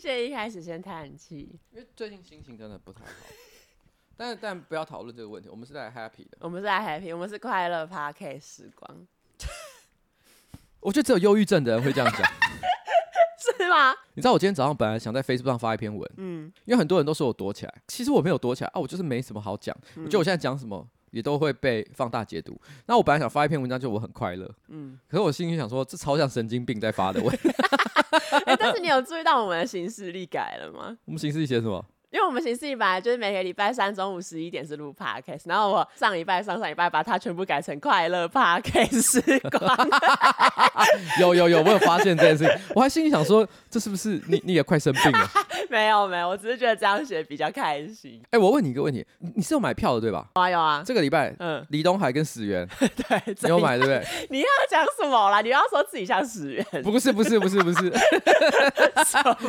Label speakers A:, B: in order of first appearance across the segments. A: 所以一开始先叹气。
B: 因为最近心情真的不太好。但是但不要讨论这个问题，我们是来 happy 的。
A: 我们是来 happy，我们是快乐 p a r k 时光，
B: 我觉得只有忧郁症的人会这样讲。
A: 是吗？
B: 你知道我今天早上本来想在 Facebook 上发一篇文，
A: 嗯，
B: 因为很多人都说我躲起来，其实我没有躲起来啊，我就是没什么好讲。我觉得我现在讲什么也都会被放大解读。那我本来想发一篇文章，就我很快乐，
A: 嗯
B: 嗯，可是我心里想说，这超像神经病在发的。我
A: 哎、但是你有注意到我们的行事历改了吗？
B: 我们形式一写什么？
A: 因为我们行事历本来就是每个礼拜三中午十一点是录 podcast，然后我上礼拜、上上礼拜把它全部改成快乐 podcast 时光。
B: 有有有，我有发现这件事情，我还心里想说，这是不是你你也快生病了？
A: 没有没有，我只是觉得这样写比较开心。
B: 哎、我问你一个问题，你你是有买票的对吧？
A: 有啊有啊，
B: 这个礼拜
A: 嗯，
B: 李东海跟史源，
A: 对，
B: 你
A: 这
B: 有买对不对？
A: 你要讲什么啦？你要说自己像死人，
B: 不是不是不是不是，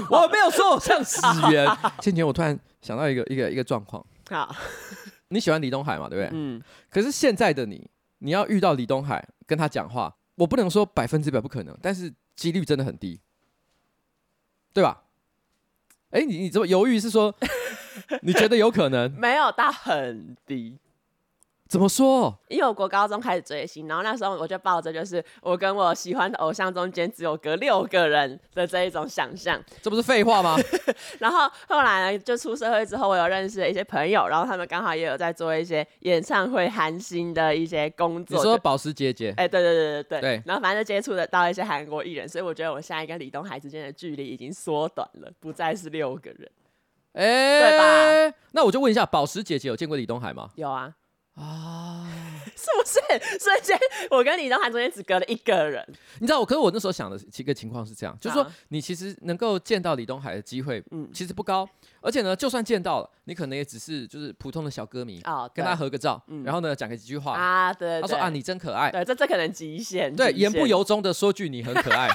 B: 我没有说我像史 源。先前我突然想到一个一个一个状况，
A: 好，
B: 你喜欢李东海嘛，对不对？
A: 嗯，
B: 可是现在的你，你要遇到李东海跟他讲话，我不能说百分之百不可能，但是几率真的很低，对吧？哎，你你怎么犹豫？是 说你觉得有可能？
A: 没有到很低。
B: 怎么说？
A: 因为我国高中开始追星，然后那时候我就抱着就是我跟我喜欢的偶像中间只有隔六个人的这一种想象，
B: 这不是废话 吗？
A: 然后后来呢，就出社会之后，我有认识了一些朋友，然后他们刚好也有在做一些演唱会韩星的一些工
B: 你
A: 作。
B: 说
A: 就
B: 保时捷姐，
A: 哎、对对对对对，
B: 对
A: 然后反正就接触得到一些韩国艺人，所以我觉得我现在跟李东海之间的距离已经缩短了，不再是六个人。
B: 哎，那我就问一下，保时捷姐有见过李东海吗？
A: 有啊，
B: 啊，
A: 是不是？瞬间我跟李东海中间只隔了一个人。
B: 你知道我，可是我那时候想的一个情况是这样，就是说你其实能够见到李东海的机会，
A: 啊嗯
B: 其实不高，而且呢，就算见到了，你可能也只是就是普通的小歌迷，
A: 哦，
B: 跟
A: 对
B: 他合个照，
A: 嗯
B: 然后呢讲个几句话，
A: 啊，对对
B: 他说啊你真可爱，
A: 对，这这可能极限。
B: 对，
A: 极
B: 言不
A: 限。
B: 由衷的说句你很 可爱，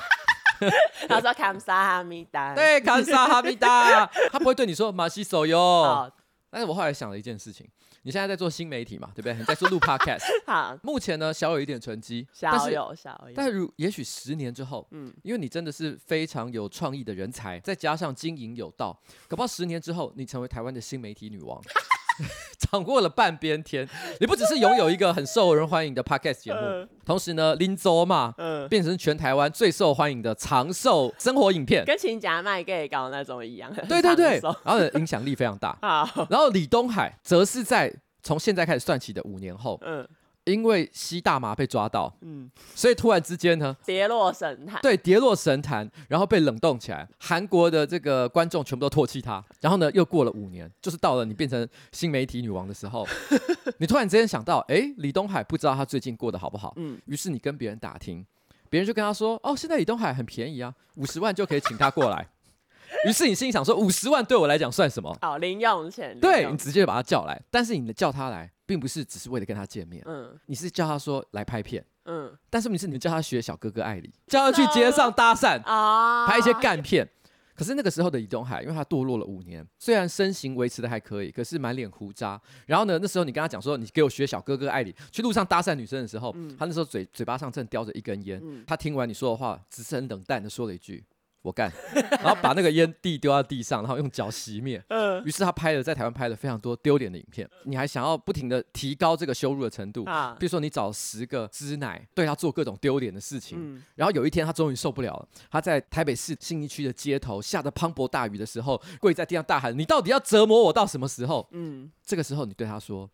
A: 他说 “Kam s a h a m i d a，
B: 对，卡萨哈密达， 他不会对你说马西手哟。
A: 好，
B: 但是我后来想了一件事情，你现在在做新媒体嘛，对不对？你在做录 podcast，
A: 好，
B: 目前呢小有一点成绩，但
A: 小
B: 是
A: 友小友，
B: 但如也许十年之后，
A: 嗯
B: 嗯，因为你真的是非常有创意的人才，再加上经营有道，搞不好十年之后你成为台湾的新媒体女王， 掌握了半边天。你不只是拥有一个很受人欢迎的 podcast 节目，
A: 嗯
B: 同时呢，林州嘛。
A: 嗯，
B: 变成全台湾最受欢迎的长寿生活影片，
A: 跟请假卖 gay 搞那种一样。
B: 对对对
A: 很长，
B: 然后呢影响力非常大。
A: 寿好，
B: 然后李东海则是在从现在开始算起的五年后，
A: 嗯
B: 因为吸大麻被抓到，
A: 嗯，
B: 所以突然之间呢，
A: 跌落神坛。
B: 对，跌落神坛，然后被冷冻起来。韩国的这个观众全部都唾弃他。然后呢，又过了五年，就是到了你变成新媒体女王的时候，你突然之间想到，哎，李东海不知道他最近过得好不好，
A: 嗯
B: 嗯，于是你跟别人打听，别人就跟他说，哦，现在李东海很便宜啊，五十万就可以请他过来。 于是你心里想说，五十万对我来讲算什么？
A: 哦，零用钱。零
B: 对
A: 用
B: 你直接把他叫来，但是你叫他来，并不是只是为了跟他见面，
A: 嗯
B: 你是叫他说来拍片，
A: 嗯
B: 但是你是你叫他学小哥哥艾里，叫他去街上搭讪，
A: 啊，
B: 拍一些干片。可是那个时候的李东海，因为他堕落了五年，虽然身形维持的还可以，可是满脸胡渣。然后呢，那时候你跟他讲说，你给我学小哥哥艾里，去路上搭讪女生的时候，他那时候嘴嘴巴上正叼着一根烟。
A: 嗯
B: 他听完你说的话，只是很冷淡的说了一句“我干”，然后把那个烟蒂丢到地上，然后用脚熄灭。
A: 嗯
B: 于是他拍了在台湾拍了非常多丢脸的影片。你还想要不停的提高这个羞辱的程度，
A: 啊
B: 比如说你找十个知奶对他做各种丢脸的事情，
A: 嗯
B: 然后有一天他终于受不了了，他在台北市信义区的街头下着磅礴大雨的时候，跪在地上大喊：“你到底要折磨我到什么时候
A: 嗯，？”
B: 这个时候你对他说：“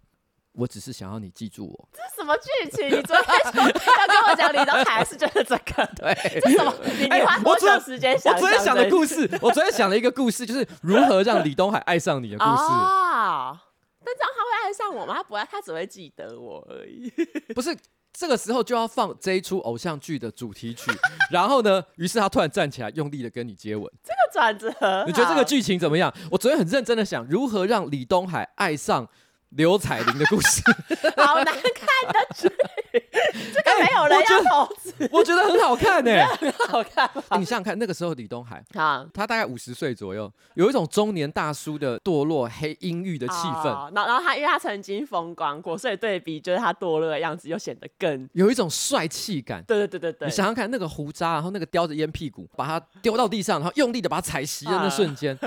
B: 我只是想要你记住我。
A: 这是什么剧情？你昨天 说要跟我讲李东海，是就是这个”的。
B: 对，
A: 这 是什么？你你
B: 哎
A: 花
B: 我
A: 多
B: 昨
A: 久时间
B: 我
A: 想？
B: 昨天想的
A: 事
B: 故事，我昨天想了一个故事，就是如何让李东海爱上你的故事。
A: 啊。但这样他会爱上我吗？他不会，他只会记得我而已。
B: 不是这个时候就要放这一出偶像剧的主题曲，然后呢，于是他突然站起来，用力的跟你接吻。
A: 这个转折，
B: 你觉得这个？剧情怎么样？我昨天很认真的想，如何让李东海爱上刘彩玲的故事，
A: 好难看的剧，这个没有人
B: 哎我觉
A: 要
B: 得
A: 投资，
B: 我觉得很 好看呢、
A: 好看吗？
B: 你想想看，那个时候李东海
A: 好，
B: 他大概五十岁左右，有一种中年大叔的堕落、黑阴郁的气氛，
A: 哦然后，然后他因为他曾经风光过，所以对比就是他堕落的样子又显得更……
B: 有一种帅气感。
A: 对对对对对，
B: 你想想看，那个胡渣，然后那个叼着烟屁股，把它丢到地上，然后用力的把它踩熄的那瞬
A: 嗯
B: 间，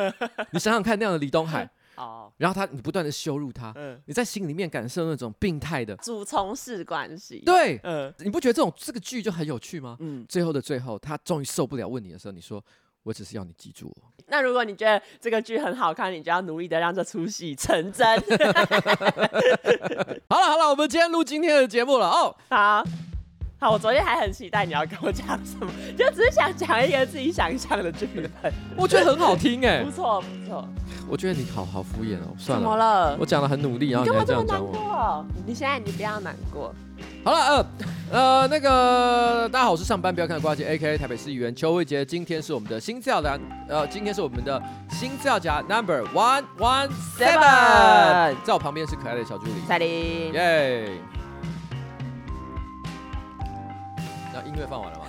B: 你想想看那样的李东 海，
A: 哦，
B: 然后他你不断的羞辱他，
A: 嗯，
B: 你在心里面感受那种病态的，
A: 主从事关系，，
B: 对，
A: 嗯
B: 你不觉得这种这个剧就很有趣吗？
A: 嗯。
B: 最后的最后，他终于受不了问你的时候，你说我只是要你记住 我，
A: 那如果你觉得这个剧很好看，你就要努力的让这出戏成 真。
B: 好了好了，我们今天录今天的节目了哦。
A: 好。好，我昨天还很期待你要跟我讲什么，就只是想讲一个自己想象的剧本，
B: 我觉得很好听哎、
A: 不错不错。
B: 我觉得你好好敷 衍哦，
A: 怎
B: 算
A: 么
B: 了，
A: 了？
B: 我讲的很努力，然后
A: 你干嘛
B: 哦还这
A: 这么
B: 样
A: 难
B: 讲我。
A: 过？你现在你不要难过。
B: 好了，呃呃，那个大家好，我是上班不要看的瓜姐，A K A 台北市议员邱慧杰，今天是我们的新资料夹，呃，今天是我们的新资料夹 Number One One Seven，
A: Seven
B: 在我旁边是可爱的小助理，
A: 赛琳，
B: 耶。那音乐 放完了吗？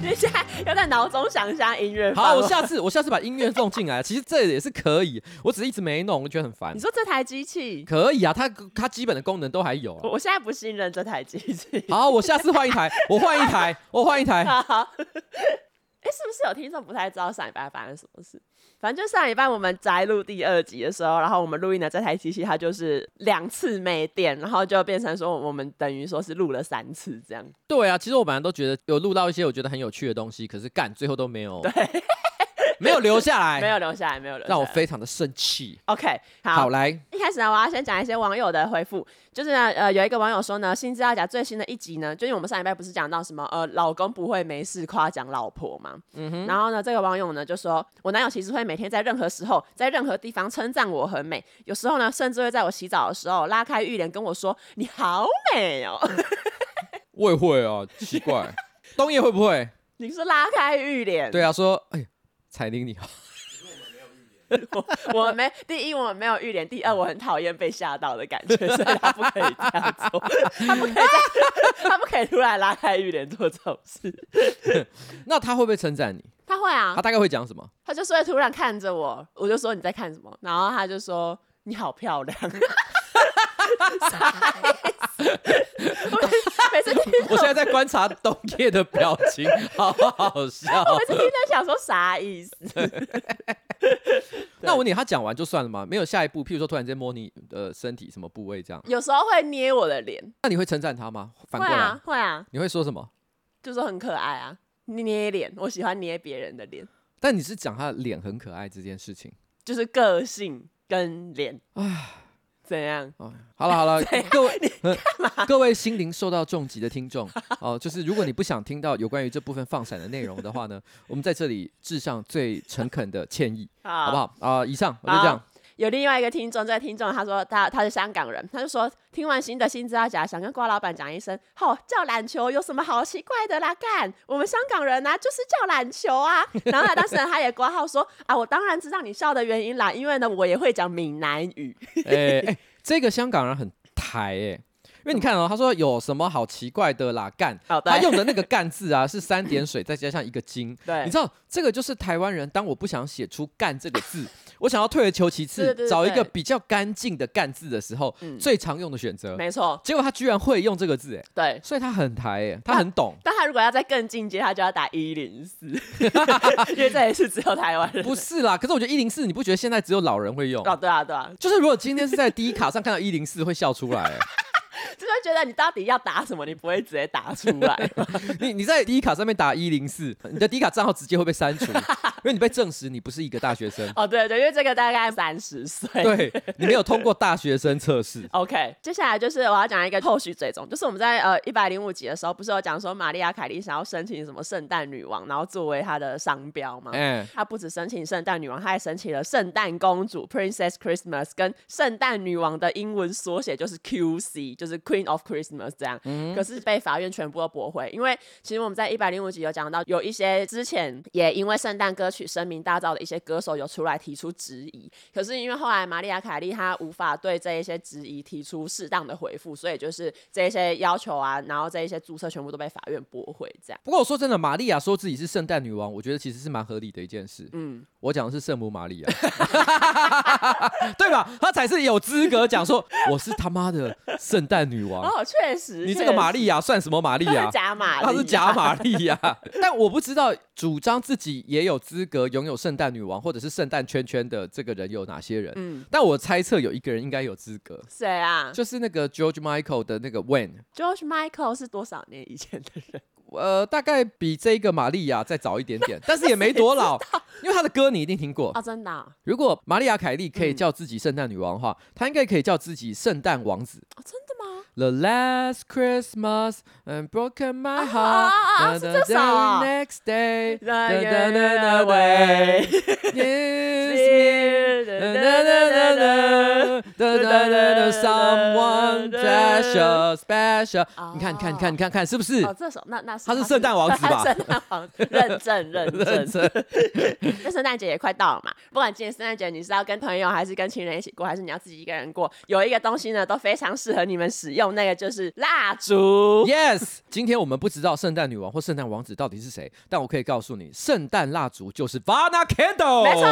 A: 你现在要在脑中想象音乐放吗。
B: 好，我下次我下次把音乐弄进来，其实这也是可以，我只是一直没弄，我觉得很烦
A: 你。说这台机器，
B: 可以啊，它它基本的功能都还有啊、
A: 我我现在不信任这台机器。
B: 好，我下次换 一台，我换一台，我换一台。
A: 好，哎、是不是有听众不太知道上礼拜发生什么事？反正就上礼拜我们摘录第二集的时候，然后我们录音的这台机器它就是两次没电，然后就变成说我们等于说是录了三次这样。
B: 对啊，其实我本来都觉得有录到一些我觉得很有趣的东西，可是干最后都没有， 没有留下来，
A: 没有留下来，没有留下来，
B: 哎让我非常的生气。
A: OK
B: 好，来，
A: 一开始呢，我要先讲一些网友的回复，就是呢，呃，有一个网友说呢，新资料夹最新的一集呢，就是我们上礼拜不是讲到什么呃，老公不会没事夸奖老婆嘛，
B: 嗯
A: 然后呢，这个网友呢就说，我男友其实会每天在任何时候，在任何地方称赞我很美，有时候呢，甚至会在我洗澡的时候拉开浴帘跟我说你好美 哦，
B: 我也会啊，奇怪，东野会不 会？
A: 你是拉开浴帘，
B: 对啊，说，哎，彩玲你好，
A: 我们没第一我们没有浴帘，第二我很讨厌被吓到的感觉，所以他不可以这样做， 他不可以在，他不可以突然拉开浴帘做这种事。
B: 那他会不会称赞你？
A: 他会啊
B: 他，大概会讲 什么？
A: 他就是会突然看着我，我就说你在看什么，然后他就说你好漂 亮。我每每次听到，
B: 我现在在观察东野的表 情，好好笑。
A: 我每次听到想说啥意思？
B: 那我问你，他讲完就算了吗？没有下一步，譬如说突然间摸你的身体什么部位这样，
A: 有时候会捏我的脸，
B: 那你会称赞他吗？反
A: 会
B: 过来，
A: 啊会啊，
B: 你会说什么？
A: 就说很可爱啊，捏脸，我喜欢捏别人的脸，
B: 但你是讲他的脸很可爱这件事情。
A: 就是个性跟脸。怎样？
B: 哦，好了 好了，
A: 啊
B: 各位呃 各位心灵受到重击的听众哦，就是如果你不想听到有关于这部分放闪的内容的话 呢，我们在这里致上最诚恳的歉意，
A: 好
B: 好不？好？啊、以上我就这样
A: 好。有另外一个听众，这个听众他说他他是香港人，他就说听完新的新资料夹，想跟瓜老板讲一声，吼、叫篮球有什么好奇怪的啦？干，我们香港人啊，就是叫篮球啊。然后呢，当事人他也挂号说啊，我当然知道你笑的原因啦，因为呢，我也会讲闽南语。
B: 哎、哎这个香港人很台哎、因为你看哦，他说有什么好奇怪的啦干，
A: 嗯好的
B: 他用的那个干字啊是三点水再加上一个金，
A: 对
B: 你知道这个就是台湾人，当我不想写出干这个字， 我想要退而求其次，
A: 对对对
B: 找一个
A: 对
B: 比较干净的干字的时候，
A: 嗯
B: 最常用的选择。
A: 没错，
B: 结果他居然会用这个字，哎，
A: 对。
B: 所以他很台，
A: 。
B: 哎，他很懂
A: 但他如果要再更进阶，他就要打一零 四，因为这也是只有台湾人。
B: 不是啦，可是我觉得一零四，你不觉得现在只有老人会用？
A: 哦，对啊，对啊，
B: 就是如果今天是在第一卡上 看到一零四，会笑出来。 哎
A: 就会觉得你到底要打什么，你不会直接打出来。，
B: 你你在第一卡上面打一零四，你的第一卡账号直接会被删除，因为你被证实你不是一个大学生
A: 哦，对对，因为这个大概三十岁。
B: 对你没有通过大学生测试。
A: OK，接下来就是我要讲一个后续追踪，就是我们在呃一百零五集的时候，不是有讲说玛利亚凯莉想要申请什么圣诞女王，然后作为她的商标吗？
B: 哎，
A: 她不止申请圣诞女王，她还申请了圣诞公主 （Princess Christmas） 跟圣诞女王的英文缩写就是 QC，就是 Queen of Christmas 这样。
B: 嗯
A: 可是被法院全部都驳回，因为其实我们在一百零五集有讲到，有一些之前也因为圣诞歌歌曲声名大噪的一些歌手有出来提出质疑，可是因为后来玛丽亚凯莉她无法对这一些质疑提出适当的回复，所以就是这一些要求啊，然后这一些注册全部都被法院驳回，这样。
B: 不过我说真的，玛利亚说自己是圣诞女王，我觉得其实是蛮合理的一件事。
A: 嗯，
B: 我讲的是圣母玛利亚， 对吧？她才是有资格讲说我是他妈的圣诞女王。
A: 哦，确实，
B: 你这
A: 确
B: 个
A: 实
B: 玛利亚算什么玛利
A: 她
B: 亚
A: 是？ 假玛丽，啊
B: 她是假玛利亚，但我不知道主张自己也有资格拥有圣诞女王或者是圣诞圈圈的这个人有哪些人？
A: 嗯，
B: 但我猜测有一个人应该有资格，
A: 谁啊
B: 就是那个 George Michael 的那个 When，
A: ？George Michael 是多少年以前的人？
B: 呃，大概比这个玛利亚再早一点 点，但是也没多老，因为她的歌你一定听过。
A: 哦，真的哦、
B: 如果玛利亚凯莉可以
A: 嗯
B: 叫自己圣诞女王的话，她应该可以叫自己圣诞王子。
A: 哦真的吗？
B: The last Christmas and broken
A: 啊
B: my heart.
A: 啊啊是
B: and the
A: 这首啊
B: very next day.
A: The
B: da- da- da- da-
A: way.
B: Yes, me. Da- da- da- da- da- da- da- da- da- Someone special, special.
A: 哦
B: 你看，看，看，看，看，是不是
A: 哦，这首那那是
B: 他是圣诞王子吧
A: 他是圣诞王子，认 证认
B: 认
A: 证。
B: 真？
A: 那圣诞节也快到了嘛，不管今年圣诞节你是要跟朋友，还是跟情人一起过，还是你要自己一个人过，有一个东西呢都非常适合你们使用，那个就是蜡 烛。
B: Yes，今天我们不知道圣诞女王或圣诞王子到底是谁，但我可以告诉你，圣诞蜡烛就是 Vana Candle。
A: 没错，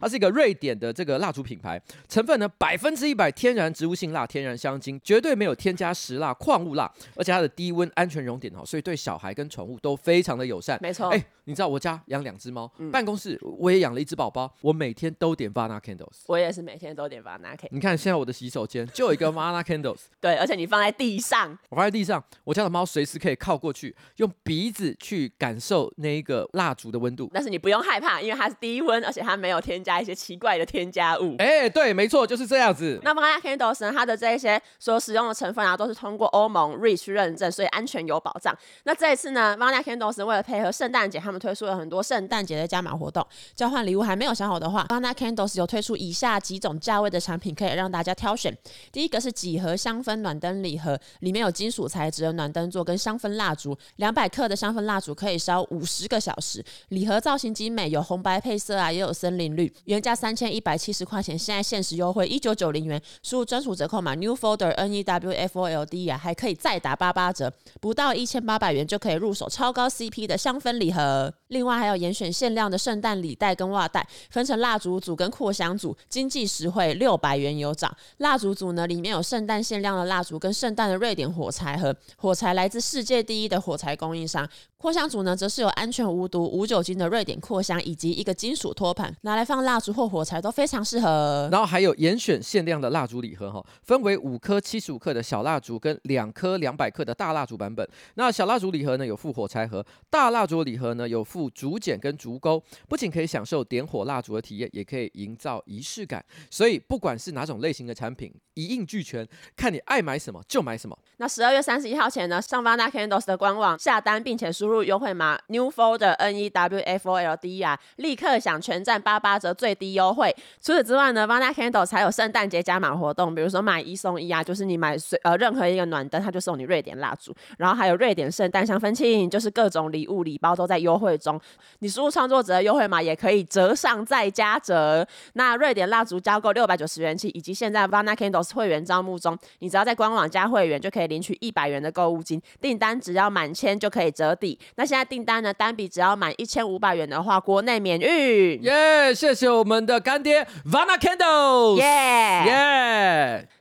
B: 它是一个瑞典的这个蜡烛品牌，成分呢百分之一百天然植物性蜡、天然香精，绝对没有添加石蜡、矿物蜡，而且它的低温安全熔点哦，所以对小孩跟宠物都非常的友善。
A: 没错
B: 哎、你知道我家养两只猫，办公室我也养了一只宝宝，我每天都点 Vana Candles。
A: 我也是每天都点 v a n a k
B: 你看现在我的洗手间就有一个 Vana Candles，
A: 对，而且你放在地上，
B: 我放在地上，我家的猫随时可以靠过去，用鼻子去感受那一个蜡烛的温度。
A: 但是你不用害怕，因为它是低温，而且它没有添加一些奇怪的添加物。
B: 哎、对，没错，就是这样子。
A: 那 v a n a k e n d o s 它的这一些所使用的成分啊，都是通过欧盟 REACH 认证，所以安全有保障。那这一次呢 v a n a k e n d o s 为了配合圣诞节，他们推出了很多圣诞节的加码活动。交换礼物还没有想好的话 v a n a k e n d o s 有推出以下几种价位的产品，可以让大家挑选。第一个是几何香氛暖灯礼盒，里面有金属材质的暖灯座跟香氛蜡烛，两百克的香氛蜡烛可以烧五十个小时。礼盒造型精美，有红白配色啊，也有森林绿，原价三千一百七十块钱，现在限时优惠一九九零元，输入专属折扣码 New Folder N E W F O L D 啊，还可以再打八八折，不到一千八百元就可以入手超高 CP 的香氛礼盒。另外还有严选限量的圣诞礼袋跟袜袋，分成蜡烛组跟扩香组，经济实惠，六百元有找。蜡烛组呢，里面有圣诞限量的蜡烛跟圣诞的瑞典火柴盒，火柴来自世界第一的火柴供应商。扩香组呢，则是有安全无毒、无酒精的瑞典扩香，以及一个金属托盘，拿来放蜡烛或火柴都非常适合。
B: 然后还有严选限量的蜡烛礼盒哈，分为五颗七十五克的小蜡烛跟两颗两百克的大蜡烛版本。那小蜡烛礼盒呢有附火柴盒，大蜡烛礼盒呢有附竹简跟竹钩，不仅可以享受点火蜡烛的体验，也可以营造仪式感。所以不管是哪种类型的产品，一应俱全，看你爱买什么就买什么。
A: 那十二月三十一号前呢，上 Vana Candles 的官网下单，并且输入优惠码 New Folder N E W F O L D 啊，立刻享全站八八折最低优惠。除此之外呢，Vana Candles 还有圣诞节加码活动，比如说买一送一啊，就是你买随呃任何一个暖灯，它就送你瑞典蜡烛，然后还有瑞典圣诞香氛器，就是各种礼物礼包都在优惠中。你输入创作者的优惠码也可以折上再加折。那瑞典蜡烛加购六百九十元起，以及现在 Vana Candles 会员招募中，你只要在官网加会员就可以领取一百元的购物金，订单只要满千就可以折抵。那现在订单呢，单笔只要满一千五百元的话，国内免运。耶
B: 耶、谢谢我们的干爹 Vana Candles，耶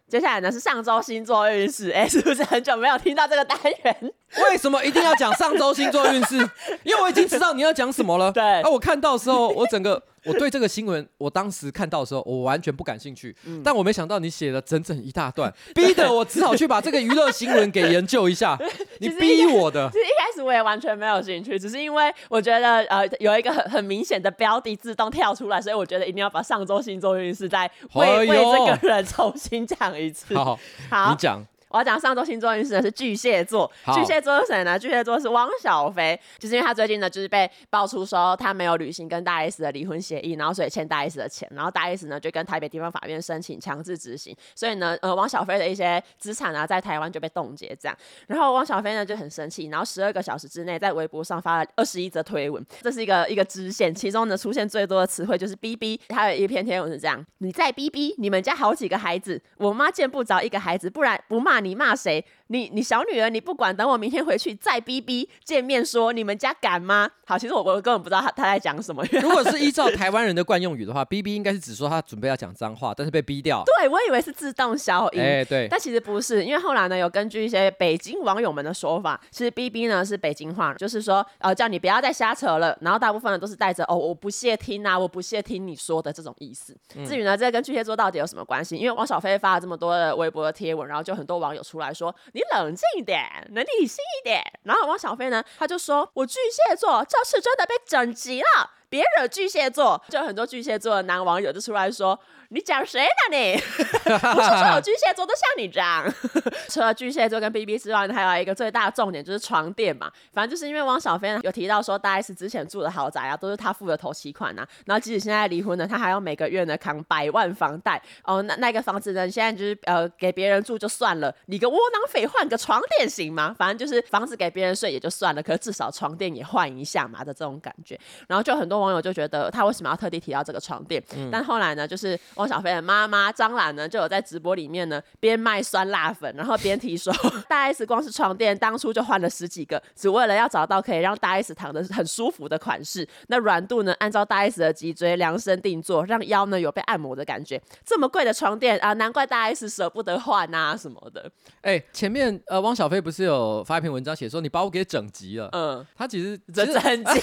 A: 接下来呢是上周星座运势， 哎、是不是很久没有听到这个单元？
B: 为什么一定要讲上周星座运势？因为我已经知道你要讲什么了。
A: 对
B: 啊，我看到的时候，我整个我对这个新闻，我当时看到的时候，我完全不感兴趣。
A: 嗯
B: 但我没想到你写了整整一大 段，逼得我只好去把这个娱乐新闻给研究一下。你
A: 其实一
B: 逼
A: 开
B: 我的
A: 其，实一开始我也完全没有兴趣，只是因为我觉得呃有一个很很明显的标的自动跳出来，所以我觉得一定要把上周星座运势再为、
B: 哎
A: 为
B: 呦
A: 这个人重新讲一次。
B: 好，
A: 好
B: 你讲。
A: 我要讲上周星座运势呢是巨蟹座，
B: 好
A: 巨蟹座是谁呢？巨蟹座是汪小菲，就是因为他最近呢就是被爆出说他没有履行跟大 S 的离婚协议，然后所以欠大 S 的钱，然后大 S 呢就跟台北地方法院申请强制执行，所以呢呃汪小菲的一些资产啊在台湾就被冻结这样，然后汪小菲呢就很生气，然后十二个小时之内在微博上发了二十一则推文，这是一个一个支线，其中呢出现最多的词汇就是“逼逼”，还有一篇贴文是这样：你再逼逼，你们家好几个孩子，我妈见不着一个孩子，不然不骂你骂谁？你你小女儿你不管，等我明天回去再逼逼，见面说你们家敢吗？好，其实我我根本不知道他他在讲什么，因为
B: 如果是依照台湾人的惯用语的话，“逼逼”应该是指说他准备要讲脏话，但是被逼掉。
A: 对我以为是自动消音，
B: 哎、对，
A: 但其实不是，因为后来呢，有根据一些北京网友们的说法，其实 “B B” 呢是北京话，就是说呃叫你不要再瞎扯了。然后大部分人都是带着哦我不屑听啊，我不屑听你说的这种意思。至于呢，这跟巨蟹座到底有什么关系？因为汪小菲发了这么多的微博的贴文，然后就很多网友出来说你冷静一点，能理性一点。然后汪小菲呢，他就说我巨蟹座教室真的被整急了。别惹巨蟹座，就有很多巨蟹座的男网友就出来说：“你讲谁呢你？”不是所有巨蟹座都像你这样。 除了巨蟹座跟 B B 之外，还有一个最大的重点就是床垫嘛。反正就是因为汪小菲有提到说，大 S 之前住的豪宅啊，都是他付的头期款啊。然后即使现在离婚了，他还要每个月呢扛百万房贷。哦，那那个房子呢，现在就是呃给别人住就算了，你个窝囊废换个床垫行吗？反正就是房子给别人睡也就算了，可是至少床垫也换一下嘛的这种感觉。然后就很多网友就觉得他为什么要特地提到这个床垫？
B: 嗯
A: 但后来呢，就是汪小菲的妈妈张兰呢，就有在直播里面呢边卖酸辣粉，然后边提说 大 S 光是床垫当初就换了十几个，只为了要找到可以让大 S 躺得很舒服的款式。那软度呢，按照大 S 的脊椎量身定做，让腰呢有被按摩的感觉。这么贵的床垫啊，难怪大 S 舍不得换啊什么的。
B: 哎、前面呃，汪小菲不是有发一篇文章写说你把我给整急了，
A: 嗯，
B: 他其实
A: 这
B: 其实
A: 整脊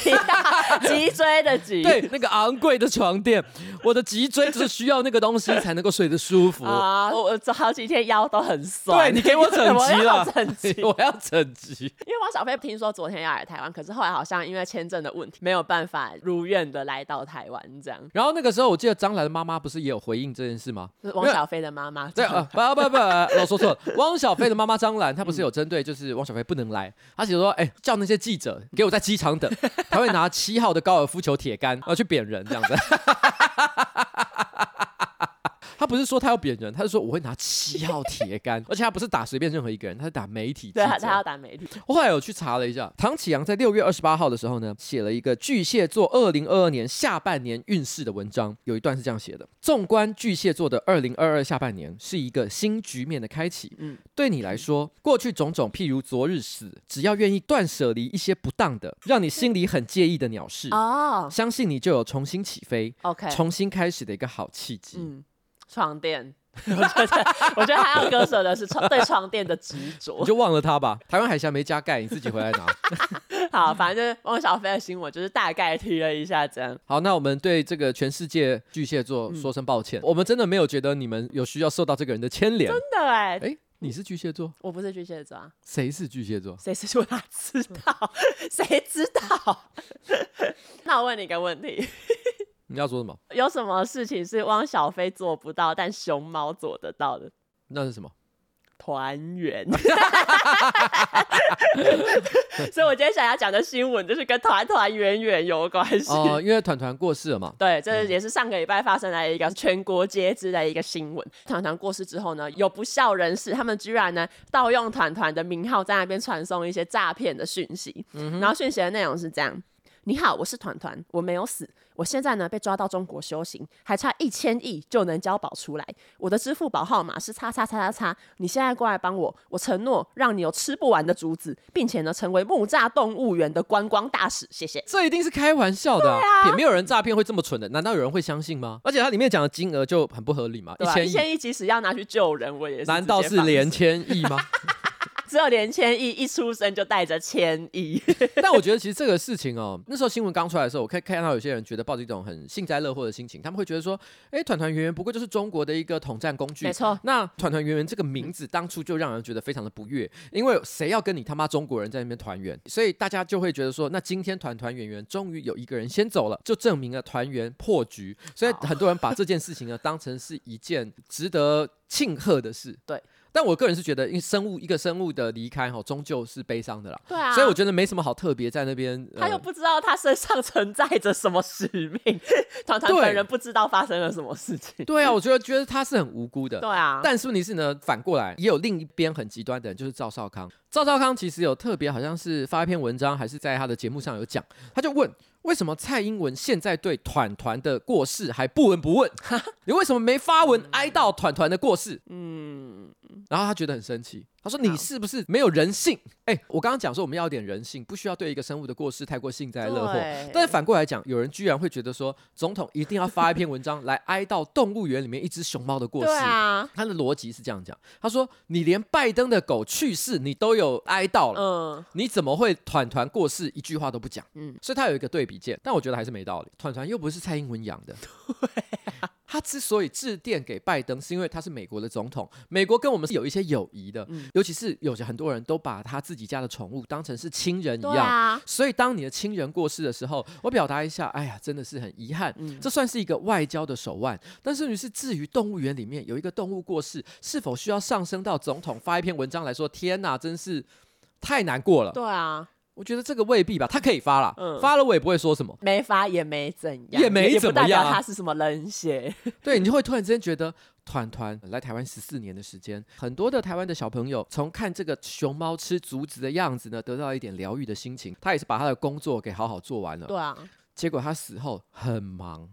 A: 脊椎的脊。
B: 对那个昂贵的床 垫，我的脊椎就是需要那个东西才能够睡得舒服。哦
A: 啊，我我这好几天腰都很酸。
B: 对你给我 整
A: 我
B: 急
A: 要
B: 了，
A: 整 急
B: 我要整急。
A: 因为汪小菲听说昨天要来台湾，可是后来好像因为签证的问题没有办法如愿的来到台湾，这样。
B: 然后那个时候，我记得张兰的妈妈不是也有回应这件事吗？
A: 就是汪小菲的妈妈，
B: 对，呃、不不不，呃我说错了。汪小菲的妈妈张兰，她不是有针对，就是汪小菲不能来，她写说，哎、叫那些记者给我在机场等，她会拿七号的高尔夫球铁杆，然后去扁人这样子。 她不是说她要扁人，她是说我会拿七号铁杆，而且她不是打随便任何一个人，她是打媒体 记
A: 对
B: 者。
A: 他他要打媒 体，
B: 我后来有去查了一下，唐启阳在六月二十八号的时候呢，写了一个巨蟹座二零二二年下半年运势的文章，有一段是这样写的：纵观巨蟹座的二零二二下半年，是一个新局面的开启。
A: 嗯
B: 嗯，对你来说，过去种种，譬如昨日死，只要愿意断舍离一些不当的，让你心里很介意的鸟事，
A: 哦
B: 相信你就有重新起飞、
A: ，OK，
B: 重新开始的一个好契机。
A: 嗯，床垫， 我觉得我觉得他要割舍的是床对床垫的执
B: 你
A: 着。
B: 就忘了它吧，台湾海峡没加盖，你自己回来拿。
A: 好，反正就是汪小菲的新闻就是大概提了一下这样。
B: 好，那我们对这个全世界巨蟹座说声抱歉，我们真的没有觉得你们有需要受到这个人的牵连。
A: 真的哎、
B: 哎，你是巨蟹座，
A: 我不是巨蟹座啊，
B: 谁是巨蟹座？
A: 谁是说他知 道？谁知道？ 那我问你一个问题。
B: 你要说什么？
A: 有什么事情是汪小菲做不到，但熊猫做得到的？
B: 那是什么？
A: 团 圆。所以我今天想要讲的新闻就是跟团团圆圆有关系。
B: 哦、因为团团过世了嘛。
A: 对，这也是上个礼拜发生的一个全国皆知的一个新闻。团团过世之后呢，有不孝人士，他们居然呢盗用团团的名号在那边传送一些诈骗的讯息。然后讯息的内容是这样：你好，我是团团，我没有死，我现在呢被抓到中国修行，还差一千亿就能交保出来。我的支付宝号码是叉叉叉叉叉，你现在过来帮我，我承诺让你有吃不完的竹子，并且呢成为木栅动物园的观光大使。谢谢。
B: 这一定是开玩笑的、啊，也没有人诈骗会这么蠢的，难道有人会相信吗？而且它里面讲的金额就很不合理嘛，
A: 对吧
B: 啊千
A: 一
B: 亿，
A: 千亿，即使要拿去救人，我也是
B: 难道
A: 直接
B: 是
A: 放
B: 连千亿吗？
A: 只有连千亿一出生就带着千 亿，
B: 但我觉得其实这个事情哦，那时候新闻刚出来的时候，我可以看到有些人觉得抱着一种很幸灾乐祸的心情，他们会觉得说，哎，团团圆圆不过就是中国的一个统战工具，
A: 没错。
B: 那团团圆圆这个名字当初就让人觉得非常的不悦，因为谁要跟你他妈中国人在那边团圆，所以大家就会觉得说，那今天团团圆圆终于有一个人先走了，就证明了团圆破局，所以
A: 好
B: 很多人把这件事情呢当成是一件值得庆贺的事。
A: 对。
B: 但我个人是觉得，因为生物一个生物的离开哈，终究是悲伤的啦。
A: 对啊，
B: 所以我觉得没什么好特别在那边。
A: 他又
B: 呃
A: 不知道他身上存在着什么使命， 团团
B: 对
A: 本人不知道发生了什么事情。
B: 对啊，我觉得觉得他是很无辜的。
A: 对啊，
B: 但是问题是呢，反过来也有另一边很极端的人，就是赵少康。赵少康其实有特别，好像是发一篇文章，还是在他的节目上有讲，他就问为什么蔡英文现在对团团的过世还不闻不问？ 你为什么没发文哀悼团团的过世？
A: 嗯，
B: 然后他觉得很生气，他说你是不是没有人性？哎、我刚刚讲说我们要有点人性，不需要对一个生物的过世太过幸灾乐祸。
A: 对
B: 但是反过来讲，有人居然会觉得说，总统一定要发一篇文章来哀悼动物园里面一只熊猫的过世。
A: 对啊，
B: 他的逻辑是这样讲，他说：“你连拜登的狗去世你都有哀悼了，
A: 嗯，
B: 你怎么会团团过世一句话都不讲？”
A: 嗯
B: 所以他有一个对比见，但我觉得还是没道理。团团又不是蔡英文 养的，他之所以致电给拜登，是因为他是美国的总统，美国跟我们是有一些友谊的，
A: 嗯
B: 尤其是有些很多人都把他自己家的宠物当成是亲人一
A: 对
B: 样。
A: 啊，
B: 所以，当你的亲人过世的时候，我表达一下，哎呀，真的是很遗憾，
A: 嗯
B: 这算是一个外交的手腕。但是，于是至于动物园里面有一个动物过世，是否需要上升到总统发一篇文章来说，天哪，真是太难过了。
A: 对啊，
B: 我觉得这个未必吧，他可以发啦，
A: 嗯
B: 发了我也不会说什么。
A: 没发也没怎样，
B: 也没
A: 不
B: 怎么
A: 代表
B: 样啊
A: 他是什么冷 血。
B: 对，你就会突然之间觉得，团团来台湾十四年的时间，很多的台湾的小朋友从看这个熊猫吃竹子的样子呢，得到一点疗愈的心情。他也是把他的工作给好好做完了。
A: 对 啊，
B: 结果他死后很忙，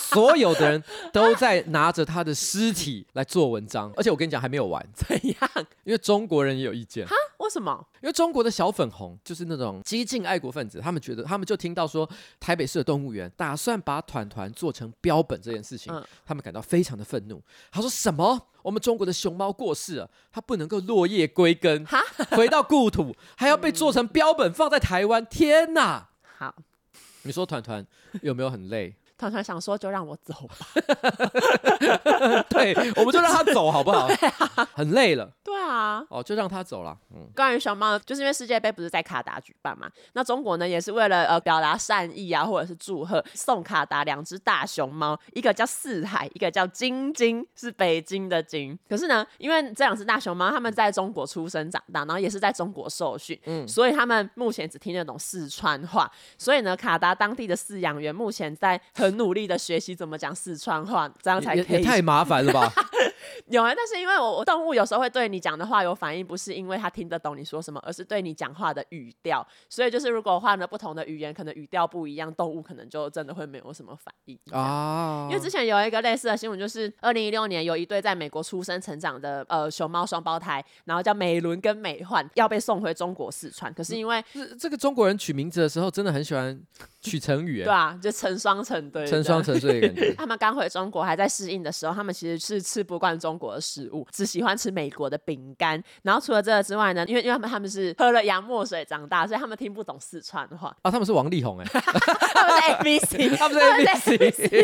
B: 所有的人都在拿着他的尸体来做文章，而且我跟你讲还没有完，
A: 怎样？
B: 因为中国人也有意见，
A: 为什么？
B: 因为中国的小粉红就是那种激进爱国分子，他们觉得他们就听到说台北市的动物园打算把团团做成标本这件事情，
A: 嗯
B: 他们感到非常的愤怒。他说什么？我们中国的熊猫过世了，它不能够落叶归根，
A: 哈，嗯
B: 回到故土，还要被做成标本放在台湾，天哪！
A: 好，
B: 你说团团有没有很累？
A: 团团想说就让我走吧。
B: 对，我们就让他走好不 好？很累了
A: 对啊，
B: 哦，就让他走了。嗯，
A: 关于熊猫，就是因为世界杯不是在卡达举办嘛，那中国呢也是为了呃表达善意啊，或者是祝贺，送卡达两只大熊猫，一个叫四海，一个叫晶晶，是北京的京。可是呢，因为这两只大熊猫它们在中国出生长大，然后也是在中国受训，
B: 嗯
A: 所以他们目前只听得懂四川话。所以呢，卡达当地的饲养员目前在很努力的学习怎么讲四川话，这样才
B: 也
A: 可
B: 也
A: 以
B: 太麻烦了吧？
A: 有啊，但是因为我我动物有时候会对你讲的话有反应，不是因为它听得懂你说什么，而是对你讲话的语调。所以就是如果换了不同的语言，可能语调不一样，动物可能就真的会没有什么反应啊。
B: 啊
A: 因为之前有一个类似的新闻，就是二零一六年有一对在美国出生成长的呃熊猫双胞胎，然后叫美伦跟美焕，要被送回中国四川，可是因为、
B: 这这个中国人取名字的时候，真的很喜欢取成语，
A: 对
B: 哎
A: 啊，就成双成对，
B: 成双成对的感觉。，
A: 他们刚回中国还在适应的时候，他们其实是吃不惯中国的食物，只喜欢吃美国的饼干。然后除了这个之外呢，因为因为他们他们是喝了洋墨水长大，所以他们听不懂四川话
B: 啊，他们是王力宏哎，
A: 他们是 A B C。
B: 他们
A: 他们
B: 是 A B C，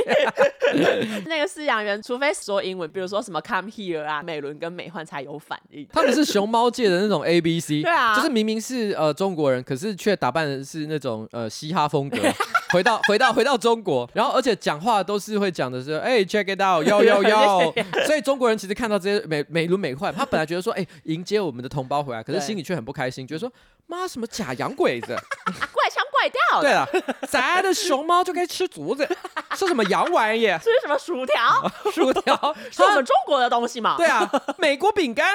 A: 那个饲养员，除非说英文，比如说什么 “come here” 啊，美伦跟美焕才有反应。
B: 他们是熊猫界的那种 A B C，
A: 对啊
B: 就是明明是呃中国人，可是却打扮的是那种呃嘻哈 风格。回到回到回到中国，然后而且讲话都是会讲的是，哎、c h e c k it out，要要要，所以中国人其实看到这些美美轮美奂，他本来觉得说，哎、迎接我们的同胞回来，可是
A: 对
B: 心里却很不开心，觉得说，妈什么假洋鬼 子，
A: 啊，怪腔怪调
B: 对
A: 的，
B: 了，咱的熊猫就该吃 竹子，吃什么洋玩意，
A: 吃什么 薯 条？
B: 薯条，
A: 是我们中国的东西嘛？
B: 对，啊，美国饼干，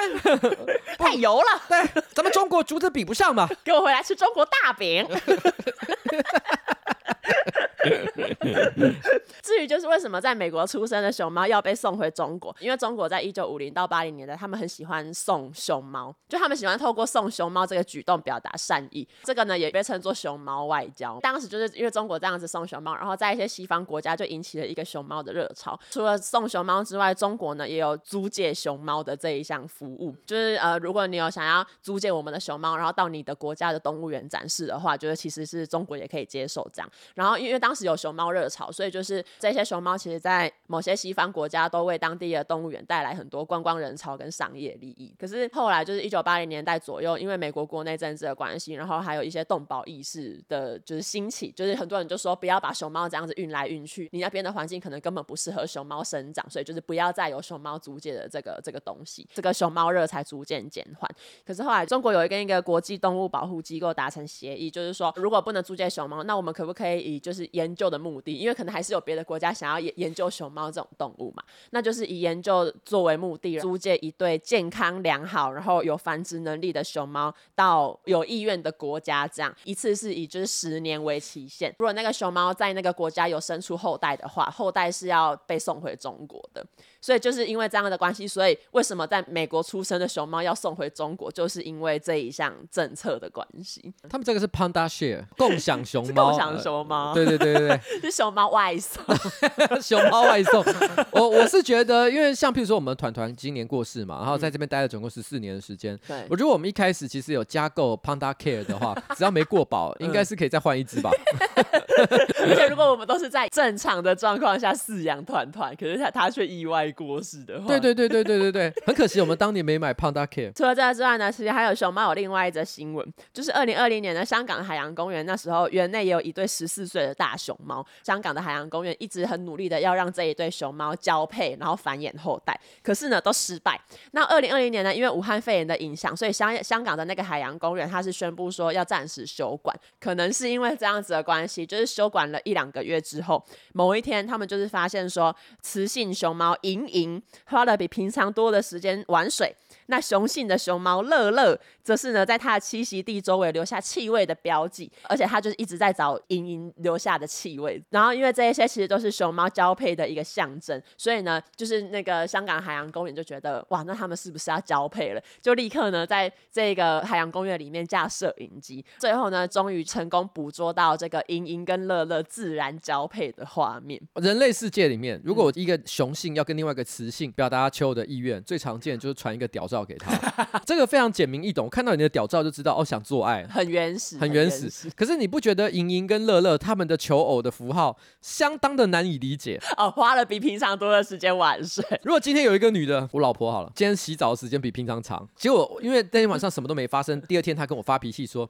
A: 太油了，
B: 对，咱们中国竹子比不上嘛。
A: 给我回来吃中国大饼。至于就是为什么在美国出生的熊猫要被送回中国，因为中国在一九五零到八零年代，他们很喜欢送熊猫，就他们喜欢透过送熊猫这个举动表达善意。这个呢也被称作熊猫外交。当时就是因为中国这样子送熊猫，然后在一些西方国家就引起了一个熊猫的热潮。除了送熊猫之外，中国呢也有租借熊猫的这一项服务，就是呃，如果你有想要租借我们的熊猫，然后到你的国家的动物园展示的话，就是其实是中国也可以接受这样。然后因为当时有熊猫热潮，所以就是这些熊猫其实在某些西方国家都为当地的动物园带来很多观光人潮跟商业利益。可是后来就是一九八零年代左右，因为美国国内政治的关系，然后还有一些动保意识的，就是兴起，就是很多人就说不要把熊猫这样子运来运去，你那边的环境可能根本不适合熊猫生长，所以就是不要再有熊猫租借的这个这个东西，这个熊猫热才逐渐减缓。可是后来中国有跟一个国际动物保护机构达成协议，就是说如果不能租借熊猫，那我们可不可以以就是研究的目的，因为可能还是有别的国家想要研研究熊猫这种动物嘛，那就是以研究作为目的，租借一对健康良好，然后有繁殖能力的熊猫到有意愿的国家，这样一次是以就是十年为期限。如果那个熊猫在那个国家有生出后代的话，后代是要被送回中国的。所以就是因为这样的关系，所以为什么在美国出生的熊猫要送回中国，就是因为这一项政策的关系。
B: 他们这个是 Panda Share 共享熊
A: 是
B: 猫，
A: 共享熊猫，
B: 呃对对对对对，
A: 是熊猫外送。
B: 熊猫外送，我我是觉得，因为像譬如说我们团团今年过世嘛，然后在这边待了总共十四年的时间，
A: 对
B: 我觉得我们一开始其实有加购 Panda Care 的 话，只要没过保，
A: 嗯
B: 应该是可以再换一只吧。
A: 而且如果我们都是在正常的状况下饲养团团，可是它它却意外过世的话，
B: 对。对对对对对对，很可惜我们当年没买 Panda Care。
A: 除了这个之外呢，其实还有熊猫有另外一则新闻，就是二零二零年的香港海洋公园，那时候园内也有一对十四岁的大熊猫。香港的海洋公园一直很努力的要让这一对熊猫交配，然后繁衍后代，可是呢都失败。那二零二零年呢，因为武汉肺炎的影响，所以香香港的那个海洋公园，它是宣布说要暂时休馆，可能是因为这样子的关系，就是休馆了一两个月之后，某一天他们就是发现说，雌性熊猫莹莹花了比平常多的时间玩水，那雄性的熊猫乐乐则是呢，在它的栖息地周围留下气味的标记，而且它就是一直在找莹莹留下的气味。然后，因为这一些其实都是熊猫交配的一个象征，所以呢，就是那个香港海洋公园就觉得哇，那他们是不是要交配了？就立刻呢，在这个海洋公园里面架摄影机，最后呢，终于成功捕捉到这个莹莹跟乐乐自然交配的画面。
B: 人类世界里面，如果一个雄性要跟另外一个雌性表达求偶的意愿，最常见就是传一个屌照给 他，这个非常简明易懂。我看到你的屌照就知道哦，想做爱，
A: 很原始，
B: 很原始。可是你不觉得莹莹跟乐乐他们的求偶的符号相当的难以理 解？
A: 哦，花了比平常多的时间玩水，
B: 如果今天有一个女的，我老婆好了，今天洗澡的时间比平常长，结果因为那天晚上什么都没发生，第二天她跟我发脾气 说。